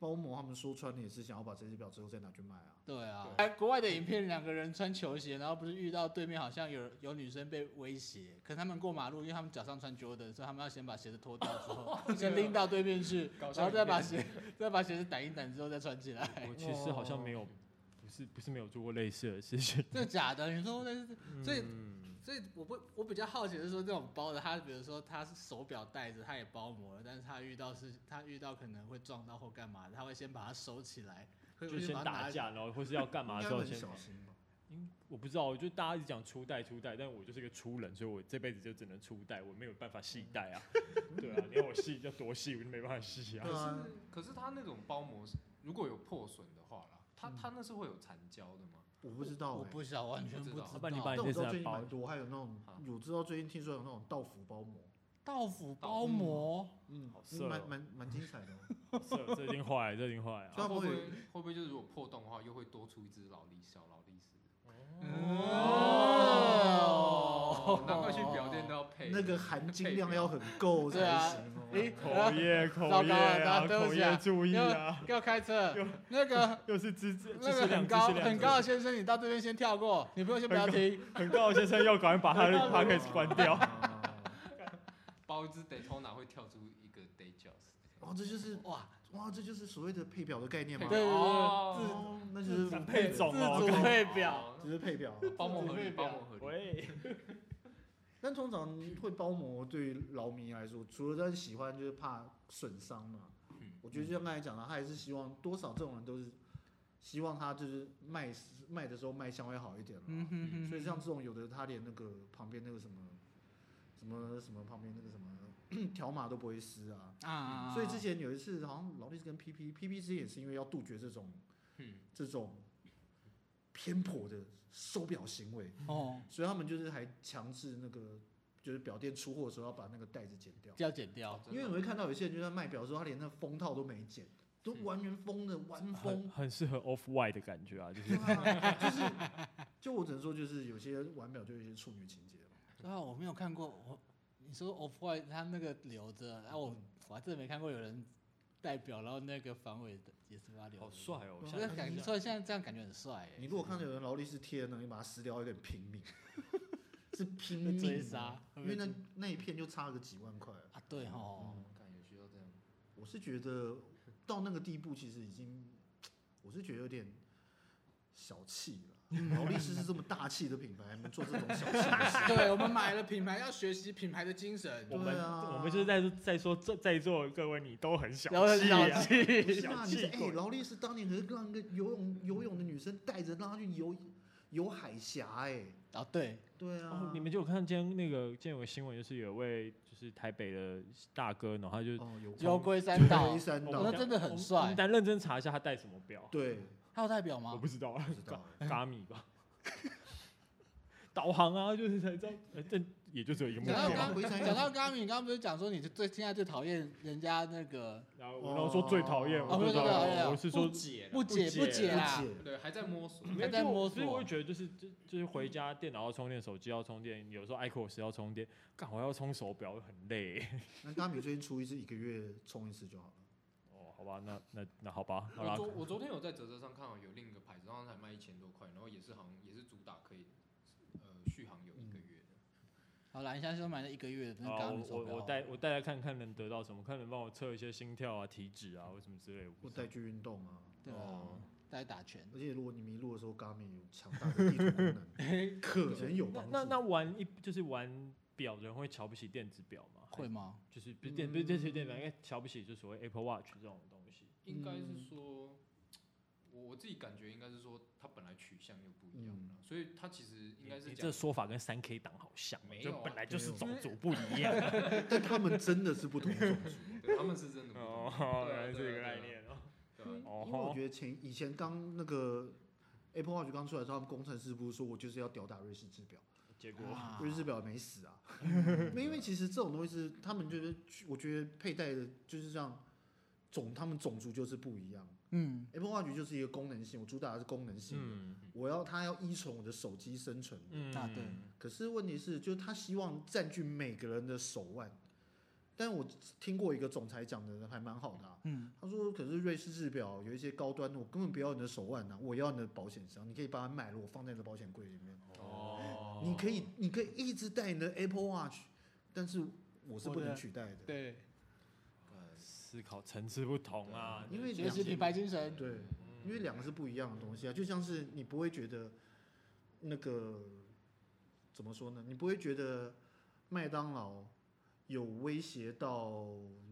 包膜，他们说穿的也是想要把这只表之后再拿去卖啊。
对啊，
对
哎，国外的影片，两个人穿球鞋，然后不是遇到对面好像有有女生被威胁，可是他们过马路，因为他们脚上穿 Jordan，所以他们要先把鞋子脱掉之后，先拎到对面去，
搞笑
然后再把
影
鞋 再把鞋子掸一掸之后再穿起 来
我。其实好像没有，不是不是没有做过类似的事情，
真的假的？你说那是？所以
嗯
所以我不我比较好奇的是说，这种包的，他比如说他是手表戴着，他也包膜了，但是他遇到是他遇到可能会撞到或干嘛的，他会先把它收起来，会
就先
把它
打
拿
架，然后或是要干嘛的
应该
时候
很
先
小。心吧。
嗯我不知道，就大家一直讲初代初代，但我就是个粗人，所以我这辈子就只能初代，我没有办法细戴 啊。对啊，你要我细要多细，我就没办法细啊
对。啊，
可是它那种包膜是如果有破损的话啦，它它那是会有残胶的吗？
我不知道
我
哎，
不晓，完全
不知
不
道
知
要不然你
道
把。
但
你
我
这
知
次
道
来
最近
包
蛮多，还有那种
啊
有知道最近听说有那种道服包膜，
道府
包
包膜，
嗯
好色哦
蛮蛮蛮精彩的哦。
这这已经坏了，这已经坏 了。
对啊
它会不
会
会
有
会不会就是如果破洞的话，又会多出一只劳力小劳力士？
哦，
哦，难怪去表店都要配
那个含金量要很够才
对啊
行哦。
诶
口业口
糟糕了
业
大
啊，
家对不
口
起啊
业注意啊，
要开车，那 个
又是知知
那
知
个
识
很
量
高
知识量
很高的先生，你到这边先跳过，你不用先不要听。
很高的先生要赶快把他的 p o c a s t 关掉。
包一只 Daytona 会跳出一个 Day j o s
哦，这就是
哇，
哇，这就是所谓的配表的概念嘛。
对对对，自
哦，那就是
长配种哦
自主配表，
哦
只是配表
嗯
啊。
包膜合理，包膜合理。
喂，
但通常会包膜对于劳迷来说，除了他喜欢，就是怕损伤嘛。
嗯
我觉得就像刚才讲的，他还是希望多少这种人都是希望他就是卖卖的时候卖相会好一点了。
嗯哼哼，
所以像这种有的他连那个旁边那个什么什么什么旁边那个什么条码都不会撕啊。
啊啊，啊
所以之前有一次好像劳力士跟 PP，PP 之前也是因为要杜绝这种
嗯，
这种偏颇的收表行为，
哦
所以他们就是还强制那个就是表店出货的时候要把那个袋子剪掉，
就要剪掉，
真
因
的
为你会看到有些人就在卖表的时候，他连那封套都没剪，都
嗯
完全封的完
啊
很
封。
很适合 off white 的感觉啊，就是
对啊，就是，就我只能说，就是有些玩表就有一些处女情节嘛。
对啊，我没有看过，我你说 Off White 他那个留着，然后啊
嗯
我我还真的没看过有人代表，然后那个防伪的也是把它留着。
好帅哦！
我
现
觉
在
得感觉突然现在这样感觉很帅欸。
你如果看到有人劳力士贴呢，你把它撕掉，有点拼命，是拼
被
命
追
啊
杀
因为那那一片就差个几万块啊。
啊，对吼，
感觉需要这样。
我是觉得到那个地步，其实已经，我是觉得有点小气 了。劳力士是这么大气的品牌，还能做这种小气的事？
对我们买了品牌，要学习品牌的精神。
我们
对啊
我们就是在在说在在座的各位你都很小
然后
气啊，
不是啊，
小
你是
气
哎，
鬼
劳力士当年可是让一个游泳游泳的女生带着让她去游游海峡，哎，
啊，对，
对啊，
哦，你们就有看今天那个今天有个新闻，就是有位就是台北的大哥，然后他就哦
哦有
游
龟
龟山岛
龟，山
我
岛
们，真的很
我
帅
们。单认真查一下他戴什么表，
对，
他有代表
我
吗
不？知道啊，
不知 道
嘎米吧，导航啊，就是才知道，呃，这也就只有一个目
讲到
标。
刚
龟山
讲到刚刚，你刚刚不是讲说你最现在最讨厌人家那个
然后我然后说最讨厌，
哦
我最
对对对
厌，
对
我是说
不
解
不解
不解
解啦
不？解
对，还在摸索。
没有
还在
就
摸
所以
索
我会觉得就是就就是回家电脑要充电，手机要充电，有时候 iQOS 要充电，干我要充手表我很累。
那大米最近出一次，一个月冲一次就好了。
哦，好吧，那那那好吧，好
我
啦，
昨我昨天有在泽泽上看到有另一个牌子，然后才卖一千多块，然后也是好像也是主打可以呃续航有一个月
嗯
的。
好啦，你现在说买了一个月的那
好
个
啦
刚
我
刚手
哦我
表啊
我，带我带来看看能得到什么，看能帮我测一些心跳啊、体脂啊或什么之类的。
或
不知道
带去运动啊，
对啊，
哦，
带打拳。
而且如果你迷路的时候 g a m i 有强大的地图功 能，可能有
那
帮助。
那那玩一就是玩表的人会瞧不起电子表吗？
会吗？
就是不是电不是电子电表，应该瞧不起就所谓 Apple Watch 这种东西。
应该
嗯
是说，我我自己感觉应该是说，它本来取向又不一样了，所以它其实应该是
嗯你
讲
这说法跟三 K 党好像哦，
没
就
有啊
本来就是
没有
种族不一样。
但他们真的是不同种 族，
对他们是真的不同，
哦，
对
原
啊
来是这个概。
对啊
念哦。
对啊对啊
因为我觉得前以前刚那个 Apple Watch 刚出来的时候，他们工程师不是说我就是要吊打瑞士制表，
结果
啊
瑞士制表没死啊。那因为其实这种东西是他们就是我觉得佩戴的就是这样，种他们种族就是不一样。
嗯，
Apple Watch 就是一个功能性，我主打的是功能性的，
嗯
我要它要依从我的手机生存。
嗯
啊对
可是问题是，就是他希望占据每个人的手腕。但我听过一个总裁讲的还蛮好的、啊，
嗯，
他说：“可是瑞士制表有一些高端，我根本不要你的手腕呐、我要你的保险箱，你可以把它买了，我放在你的保险柜里面。
哦
你可以，你可以一直戴你的 Apple Watch，但是我是不能取代
哦
的。
对，
啊
思考层次不同啊，嗯
因为
学习品牌精神。
啊
对，因为两个是不一样的东西啊，就像是你不会觉得那个怎么说呢？你不会觉得麦当劳有威胁到、嗯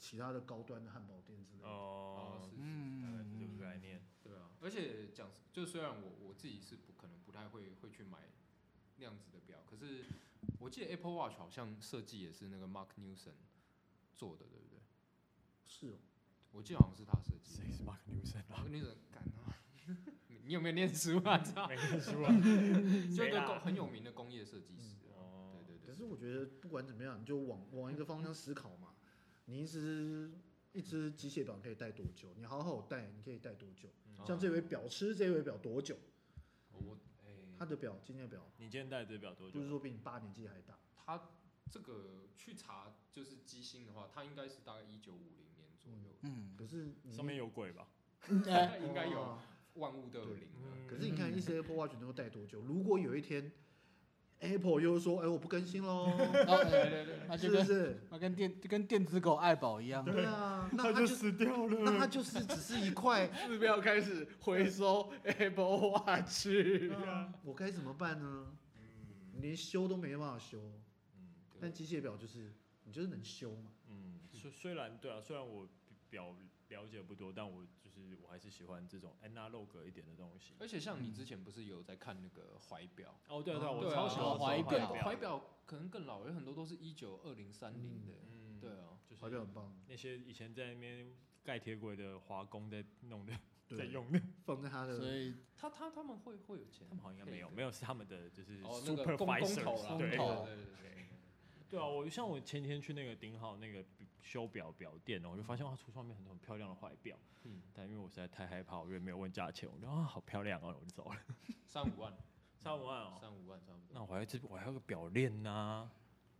其他的高端的汉堡店之类的。
哦
哦，
是
大概是这
嗯
个，概念。
对啊，而且讲就虽然我我自己是不可能不太会会去买那样子的表，可是我记得 Apple Watch 好像设计也是那个 Mark Newson 做的，对不对？
是哦，
我记得好像是他设计的。
谁是 Mark Newson 啊？
Mark Newson 干啊！你你 有没有念书啊？操，
没看书啊？
就一
谁
个
嗯啦
工很有名的工业设计师啊。
哦
对对
可
对，
是我觉得不管怎么样，你就往往一个方向思考嘛。你一只一只机械表可以戴多久？
哦
你好好戴，你可以戴多久？像这位表吃这位表多久？
我哎，
他的表今天的表
你今天戴这表多久
不？是说比你爸年纪还大，
它这个去查就是机芯的话，它应该是大概一九五零年左右，
嗯，
可是你
上面有鬼吧？
哎
嗯
应该有
哇
万物都有灵了。
可是你看一些 Apple Watch 能够戴多久？如果有一天 Apple 又说，哎，我不更新喽，
哦，哎
对对对，
那
是
就
不
跟
是？
那跟电就跟电子狗爱宝一样，
对啊，那
他
它就
死掉
那它就是只是一块，
是不要 开始回收 Apple Watch？
那啊我该怎么办呢？连修都没办法修，
嗯，对
但机械表就是你就是能修嘛。
嗯，虽虽然对啊，虽然我表了解不多，但我就是我还是喜欢这种 analog 一点的东西。
而且像你之前不是有在看那个怀表？
哦，对啊，对啊，
哦
我
对啊
超喜欢
哦怀
表
表
怀表可能更老，有很多都是一九二零三零的。
嗯，
对，啊，
就是
怀表很棒，
那些以前在那边盖铁轨的华工在弄的，在
对，
用的，
放在它
所
的
以
他他他们会会有钱，
他们好像应该没有，
对
没有是他们的就是
哦，那个公公头啦，
supervisor，对
公
对对
头
对对，
对啊，我像我前天去那个顶好那个修表表店哦，我就发现哇，橱窗里面很多很漂亮的怀表，
嗯，
但因为我实在太害怕，我也没有问价钱，我就啊好漂亮哦，我就走了，
三五万，
三五万哦，
三五万差不
那
多。
我还这我还要个表链呐、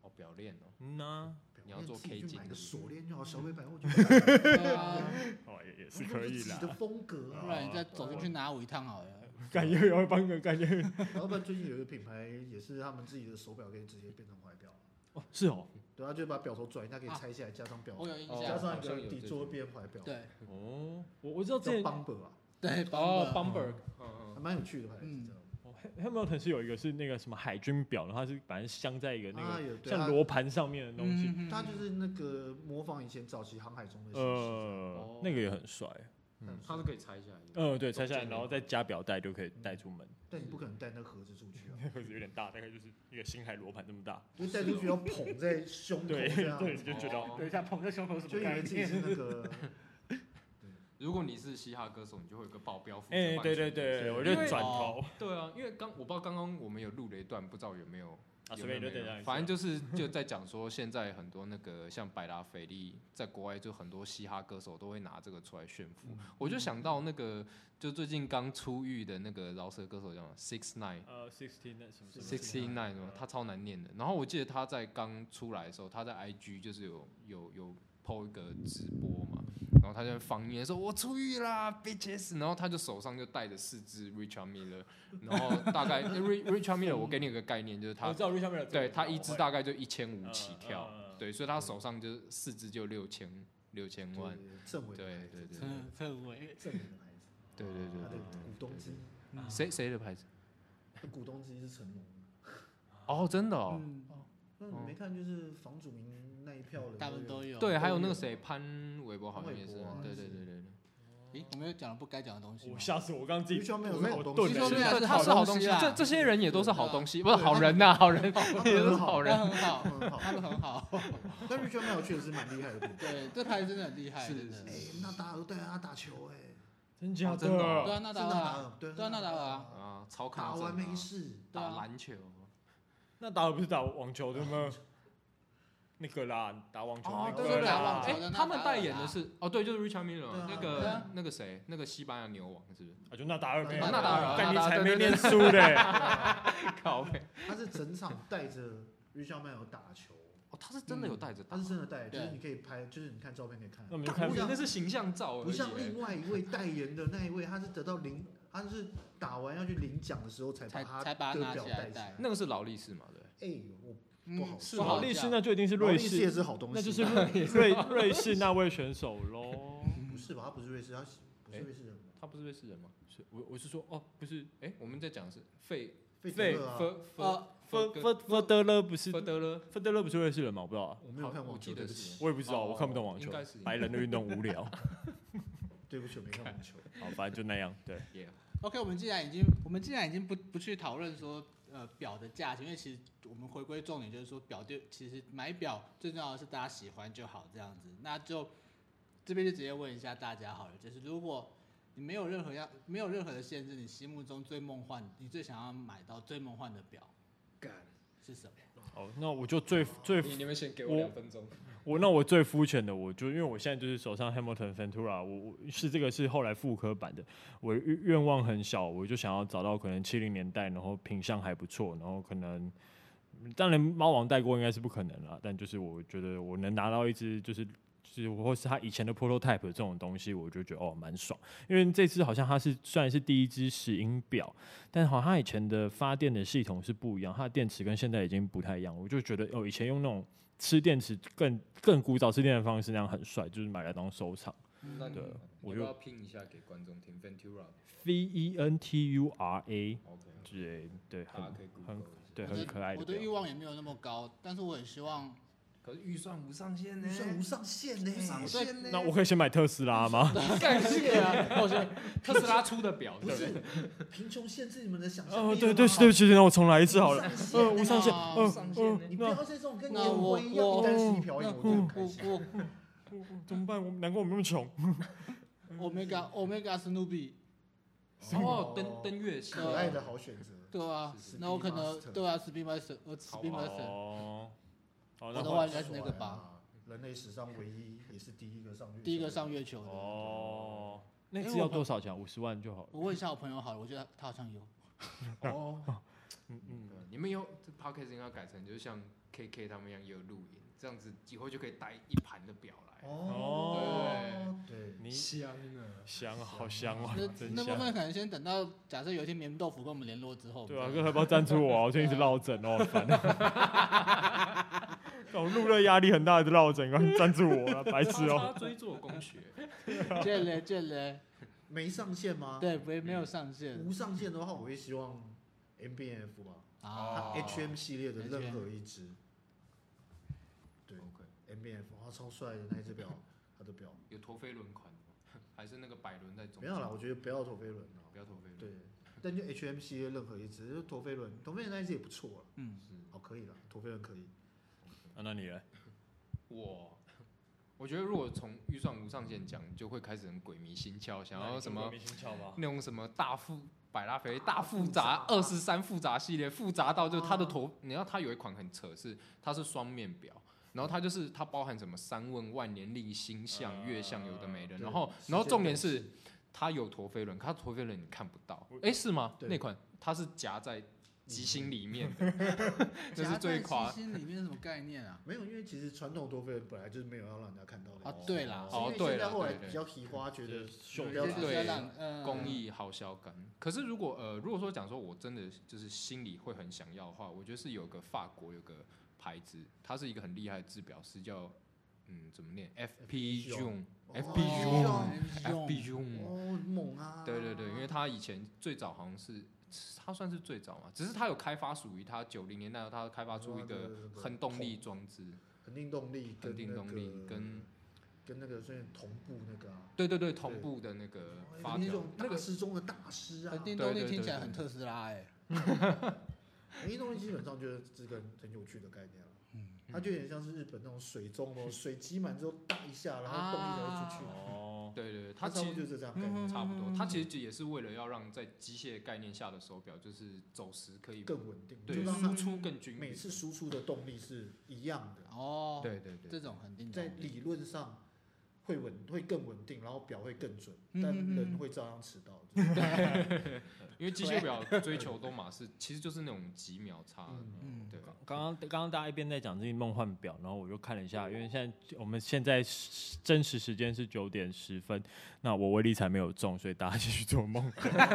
哦，表链哦，
嗯呐、
你要做
自己
K
去
金
买
的
个
是不
锁
是
链就好， 小美百货就买
对啊，
哦也也是可以
自己的
啦，
风格
不
啊。
然你再走进去拿五一趟好了。
感觉有帮个感觉
老板最近有一个品牌也是他们自己的手表可以直接变成怀表，
哦是哦
对，啊他就把表头转一下，可以
啊
拆下来加上表，
我有印
哦
加
象，
上一
好像
个
有
底
这
座
种
变怀表，
对
哦，我我知道之
叫
前
Bumper 啊，
对，
哦
Bumble
，Bumber，
还
嗯
蛮有趣的牌子，
嗯
这样
哦 Hamilton 是有一个是那个什么海军表，然后它是反正镶在一个那
啊
个
有对
像
它
罗盘上面的东西，
嗯
它就是那个模仿以前早期航海中的形式，
呃
哦，
那个也很帅。
嗯
嗯，
它是可以拆下来的。
嗯，对，拆下来
中间
然后再加表带就可以带出 门。
但你不可能带那盒子出 去啊，
那盒子有点大，大概就是一个星海罗盘这么大。
因为带出去要捧在胸口
对
这样，
对，就觉
哦
得
一下捧在胸口什
就以为自己是那个，
如果你是嘻哈歌手，你就会有个保镖负责帮你
哎，对对
选择
对，
对
我就
因为
转头
对啊，因为刚我不知道刚刚我们有录了一段，不知道有没有
啊，
有
随
没有
便就
那
这
个
样。
反正就是 就在讲说，现在很多那个像百达翡丽，在国外就很多嘻哈歌手都会拿这个出来炫富。
嗯
我就想到那个，就最近刚出狱的那个饶舌歌手叫 Six Nine。
呃，sixteen 那哦什么什么
Sixty
Sixteen
Nine
嗯
嘛，他超难念的。然后我记得他在刚出来的时候，他在 IG 就是有有有 PO 一个直播嘛，然后他在放言说“我出狱啦，bitches”，然后他就手上就带着四只 Richard Miller，然后大 概 Rich- Richard Miller，我给你一个概念，就
我
是他
知道 Richard Mille
对他一只大概就一千五
嗯
起跳，
嗯嗯
对，所以他手上就是四只就六千六千万，
政委的
对
牌子
对对
侧侧围，
政委的牌子，
对对
他的
对
股东之一，
对，谁谁的牌子？
那股东之一是成龙。
哦，真的哦，
嗯，
那你没看就是房祖名那一票人，
大部分都有。
对，还有那个谁潘玮柏好像也是
潘玮柏啊，
对对对对对。
诶，我们又讲了不该讲的东西
我
吗。
吓死我，刚刚 自己
余秋没有
我
那
我
种东
顿
西
了
余秋
一
没有
下
这
是
他
好
是好
东
东
西
西，啊
啦
这这些人也都是好东西，不是
对
好人呐，好人， 也都是
那
好 人。
很好，
很嗯好
他们很好。
但 Richard Mille 确实是蛮厉害 的股东。
对，这牌真的很厉害，
是
真的。
哎，纳达尔都带他打球哎，
真假
哦真的哦
对啊，那
是
当
纳达
然。
尔，对
对啊纳达尔啊
啊，
啊，超
打
卡
完没事，
对啊
打篮球，
那打的不是打网球的吗？ 那个啦，打网球那
对
个啊
对打
啦
网球
哎
的那，
他们
当然
代言的
啦
是哦，对，就是 Richard
对
Miller
啊
那
对
个
啊
那个谁，那个西班牙牛王是不是？
啊，就纳达尔呗，
啊
纳达尔
但你
纳达尔
才没
对对对
念书 嘞，
靠背，
他是整场带着 Richard Mille 打球，
哦，他是真的有带着打
他是，真的带，就是
对
你可以拍，嗯就是你看照片可以看
那我，们就
干
看
不
不
一
像
样那是形象照而已，
不像另外一位代言的那一位，他是得到领，他是打完要去领奖的时候才把
才
他
才把
这
它拿
个表
起来
带起
戴
来。
那个是劳力士嘛，对。
哎，我不好
嗯，
说
不
劳
好
力士
讲
那就一定是
劳
瑞
力士也
士，
是好东西，
那 就是瑞瑞瑞士那位选手喽。
嗯
不是吧？他不是瑞士，他不是瑞士人吗？
他不是瑞士人吗？是我我是说哦，不是，哎，我们在讲的是费
费德
费
勒啊
弗弗
呃
弗弗弗德勒不是
弗德勒，
弗德勒不是瑞士人吗？我不知道啊，
我没有看
我
网球，
记
对
得
不起，
是，
我也不知道，我看不懂网
应
球
该是，
白人的运动无聊。
对不起，我没看网球。
好，反正就那样。对，
也
OK，我们既然已经，我们既然已经不不去讨论说，呃，表的价钱，因为其实我们回归重点就是说，表对，其实买表最重要的是大家喜欢就好，这样子。那就这边就直接问一下大家好了，就是如果你没有任何要没有任何的限制，你心目中最梦幻，你最想要买到最梦幻的表
干，
是什么？
哦，那我就最最
你你们先给我
我
两分钟。
我那我最肤浅的，我就因为我现在就是手上 Hamilton Ventura，我我是这个是后来复刻版的，我愿愿望很小，我就想要找到可能七零年代，然后品相还不错，然后可能当然猫王代过应该是不可能了，但就是我觉得我能拿到一只就是。就是或是他以前的 prototype 这种东西，我就觉得哦蛮爽，因为这只好像它是虽然是第一只石英表，但好像它以前的发电的系统是不一样，它的电池跟现在已经不太一样，我就觉得哦以前用那种吃电池更更古早吃电的方式那样很帅，就是买来当收藏。
嗯
那你
对
你
我
要
就
不要拼一下给观众听 Ventura。
V E N T U R A
OK，
之类的，对，
大家
很
可以 Google
很
一下
对
我的
很可爱
我
的
的欲
表。
望也没有那么高，但是我也希望
可是预算无上限呢、
预算无上限呢、
上限呢、
那我可以先买特斯拉 吗？
感谢 啊！我觉得特斯拉出的表，
不
对
是贫穷限制你们的想象力
哦，
了
对
吗
对对不起，那我重来一次好了。
无上限
啊
呃，无上限，呃
无上限
呃
呢，
你不
那
要再这种跟
那
烟
我
灰一样
我
一单是一瓢饮，我真的很开
我
心。
我
嗯怎么办？我们难怪我们那么 穷。
Omega Omega Snoopy
哦，登登月器，
可爱的好选择，
对啊
是，
那我可
Speed
能
Master
对啊，Speed Master，我 Speed Master，
哦，好，
我
那
的
换
话应该是那个吧
帅啊？人类史上唯一也是第一个上月球的，
第一个上月球的。
哦，那
因为
只要
我朋
多少钱？五十万就好了。
我问一下我朋友好了，我觉得他好像有。
哦，
嗯嗯，
你们有这 podcast 应该改成就是像 KK 他们一样也有录影，这样子以后就可以带一盘的表来。
哦，对，
你
香啊！
香好香
哎
哦
那，
真
那部
香。
分可能先等到假设有一天棉豆腐跟我们联络之后，
对啊，哥要不要赞助我啊？我最近一直落枕哦，好烦 啊。我录了压力很大的落枕，赶快赞助我啊，白痴哦。
叉叉追做工 学，啊
这嘞这嘞，
没上限吗？，
对，没没
嗯
有上限
无上限的话，我会希望 MBF 吧，
啊。
哦
它 HM 系列的任何一只。对，MBF 哇，超帅的那一只 表，它的表
有陀飞轮款的吗，还是那个百轮在中间？
没有啦，我觉得不要陀飞轮了。
不要陀飞轮。
对，但就 HM 系列任何一只，就陀飞轮，陀飞轮那一只也不错了，
嗯，
是
好可以了，陀飞轮可以。
啊，那你嘞？
我， 我觉得如果从预算无上限讲，就会开始很鬼迷心窍，想要什么
明星桥吗？
那种什么大复 百拉肥大复杂二十三复杂系列，复杂到就是它的
啊
头，你知道它有一款很扯，是它是双面表。然后它就是它包含什么三问、万年历、星象、月相，有的没的。
啊对
然后，
时间
然后重点
等
是
式
它有陀飞轮，可它陀飞轮你看不到。哎，是吗？
对
那款它是夹在机芯里 面的，这是最
夹
夸
在基心里面是什么概念 啊？
没有，因为其实传统陀飞轮本来就是没有要让人家看到的
啊，对啦，
哦
是因为现
对
在
啦
后来
对对
比较提花，觉得
秀
不哦
有
要
些
拿
就是要让呃
公益好销感。可是如果呃，如果说讲说我真的就是心里会很想要的话，我觉得是有个法国有个牌子，它是一个很厉害的制表师，叫嗯怎么念 FP June
哦
FP
哦
June
用
FP June，
哦，猛啊！
对对对，因为他以前最早好像是他算是最早嘛，只是他有开发属于他九零年代，他开发出一
对
个
对对对
恒动力装置，
恒定动力跟
恒定动力
那个
跟
跟那个算同步那个啊，
对对对同步的那个发
哦那
条
种，
那
大
个
师中的大师啊
恒。定
对
动
对
力
对
听起来
对
很特斯拉哎，
恒定动力基本上就是这个很有趣的概念了，
嗯，
它就有点像是日本那种水中
嗯
哦，水积满之后大一下，然后动力才会出去。
哦，
对对对，它
它
其
差
实
不多就是这样概念，
差不多，啊哦它其实也是为了要让在机械概念下的手表，就是走时可以
更稳定，就
对
让
输
它
出更均匀。
每次输出的动力是一样的，
哦，
对对对，
这种恒定
在
动力，
理论上会稳会更稳定，然后表会更准，
嗯
但
嗯嗯
人会照样迟到。 就是
因为机械表追求都嘛是，其实就是那种几秒差。
嗯
对，
刚刚刚刚大家一边在讲自己梦幻表，然后我就看了一下，因为现在我们现在时真实时间是九点十分，那我威力才没有中，所以大家继续做 梦。
啊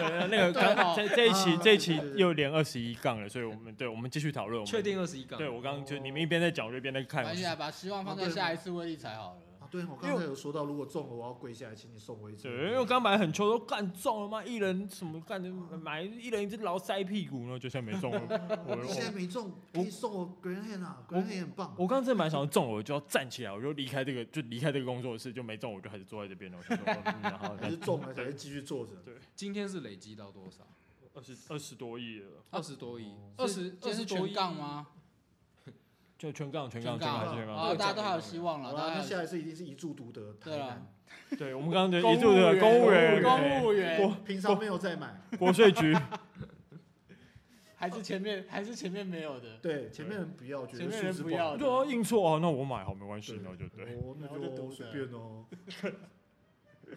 呃那个
对
刚
哦
这这一期
啊
这一期
对对对
又连二十一杠了，所以我们对我们继续讨论。我们
确？定二十一杠。
对，我刚刚就你们一边在讲，我就一边在看。
而且把希望放在下一次威力才好了。
啊，对，我刚才有说到，如果中了，我要跪下来，请你送我一只。
对，因为我刚买很秋都干中了嘛，一人什么干的买一人一只劳塞屁股，然后就像没 中了。 我
你现在没中，可以送我 Grand Hand 啊
我
，Grand Hand 很棒。
我刚刚真的蛮想要中了，我就要站起来，我就离开这个，就离开这个工作室，就没中，我就还是坐在这边了。我 想说，哦嗯然后
还是中了才会继续坐 着。
今天是累积到多少？
二十二十多亿了，
二十多亿，
哦
二十
这
二
是
十多
全
亿
杠？吗？
就全杠全杠
全
全
杠
杠还是全
啊，
杠。
大家都还有希望
好
了，
啦，
大
那
家
下一次一定是一注独得。台
对啊
南，
对，我们刚刚就一住的公务员、
公务员
国
平常没有在买，
国税局。
还是前面还是前面没有的，
对，前面人不要，觉
前
得
面
数
人
字
不
好
要
对啊，印错啊，那我买好没关系，
对
那就对。
哦，那
然后就读
就
的
随便 哦。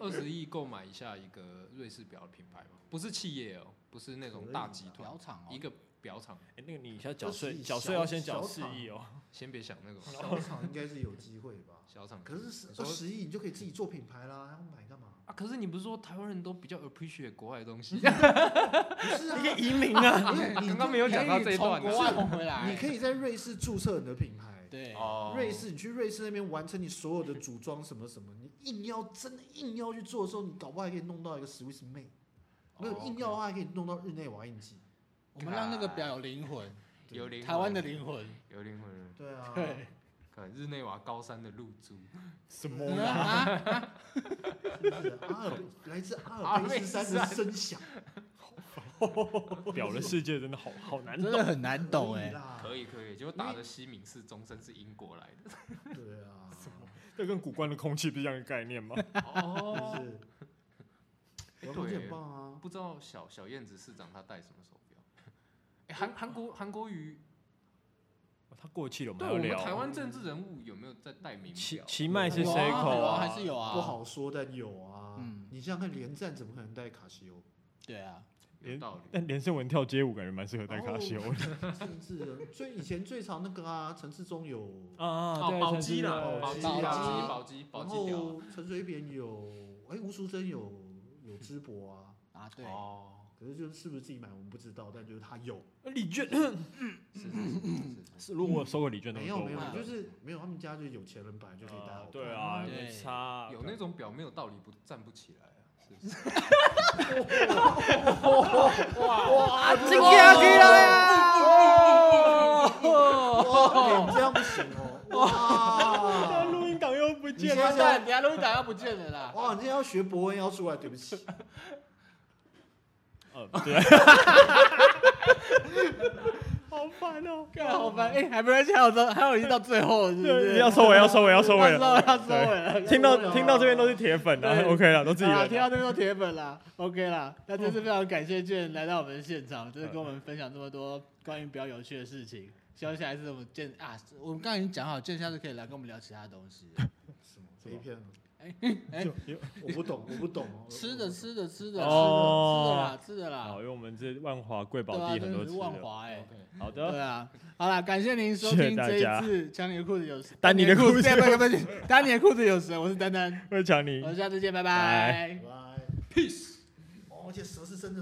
二十亿购买一下一个瑞士表的品牌嘛，不是企业哦，不是那种大集团
表，厂
一
哦，
个表厂，
哎那个你现在缴
二
税，
十亿
缴税要先
小
缴
小
四
厂
亿哦。
先别想那个嘛
小厂应该是有机会吧？
小厂。
可是十
你说
二十亿你就可以自己做品牌啦，还要买干 嘛？
啊，可是你不是说台湾人都比较 appreciate 国外的东西？
不 是
哎
啊，
移民啊，
不是你
刚刚没有讲到这一段
从国
呢。
外红回来，
你可以在瑞士注册你的品牌。
对，
哦
瑞士，你去瑞士那边完成你所有的组装什么什么，你硬要真的硬要去做的时候，你搞不好还可以弄到一个 Swiss Made，没
哦
有硬要的话还可以弄到日内瓦印记。
我们让那个表有灵魂，
有灵魂
台湾的灵魂，
有灵魂，
对啊，
对，
看日内瓦高山的露珠，
什么
嗯
啦？
啊，
是不是阿 尔卑来自阿尔卑斯山的声响，
表的世界真的好好难
真
懂。
的很难懂
可以
哎、
啦，
可以可以，结果打的西敏寺终身是英国来的。
对啊，
这跟古关的空气不是一样的概念吗？
哦，
就是，我空气很棒啊，
不知道小小燕子市长他戴什么手表？哎，韩韩国韩国瑜，
哦他过气了，我们还
对
要
我
聊。
们台湾政治人物有没有在戴名
奇
表？
奇麦是
有啊
Seiko
有啊还是有啊，
不，好说，但有啊
嗯。
你想想看，连战怎么可能戴卡 西欧？
对啊，
有道理。
但连胜文跳街舞感觉蛮适合戴卡西欧的
甚至人所以以前最常那个啊，陈世忠有，
啊啊！
哦，
对
宝鸡啦，
对
宝
宝
鸡，
鸡
宝
啊
鸡，宝鸡，宝
然
鸡屌啊。
后陈水扁有，哎，吴淑珍有有淄博 啊，
啊对，
哦，
可是就是是不是自己买我们不知道，但就是他有，
呃李娟
是是是是是是。
是，如果我收过李娟那么
没
多，
有没有
我，
就是没有，他们家就是有钱人本来就可以戴好
啊
看。
对啊，
对
没差啊。
有 那种表没有道理不站不起来啊，是不是？
啊，这个要给了呀！
哇，你这样不行哦！
啊
哇，
录音档又不见
你
了
现
完
在
蛋，等下录音档要不见了啦，
哇，你今天要学伯恩要出来，对不起，
呃，对， 好烦哦！
干好烦哎、还不而且还有到还有已经到最后了，是不是？
要收尾，要收尾，要收尾 了。
要收尾了。
听到听到这边都是铁粉啊
啊对
，OK 了，都自己
啊，
人
听到这边都铁粉啦，OK 啦，那真是非常感谢卷来到我们的现场，就是跟我们分享这么多关于比较有趣的事情。希望下一次我们见啊，我们刚才已经讲好，见下次可以来跟我们聊其他东 西。
什么这一片，
就就
我不懂，我不懂哦。
哎吃的吃的吃的，吃的吃
哦
的啦
好，
吃的啦，
因为我们这万华贵宝
对啊，
地
真
很多
的
吃
是万
的。
华哎。
好的，
欸对啊，好啦，感谢您收
谢
听
谢大
这一
家
次《抢你的裤子有谁》，
丹尼的裤子
不不不，丹尼的裤子有谁？我是丹丹，
我是强尼
我。们下次见，拜
拜
拜
拜。Peace。哦，而且蛇是真的。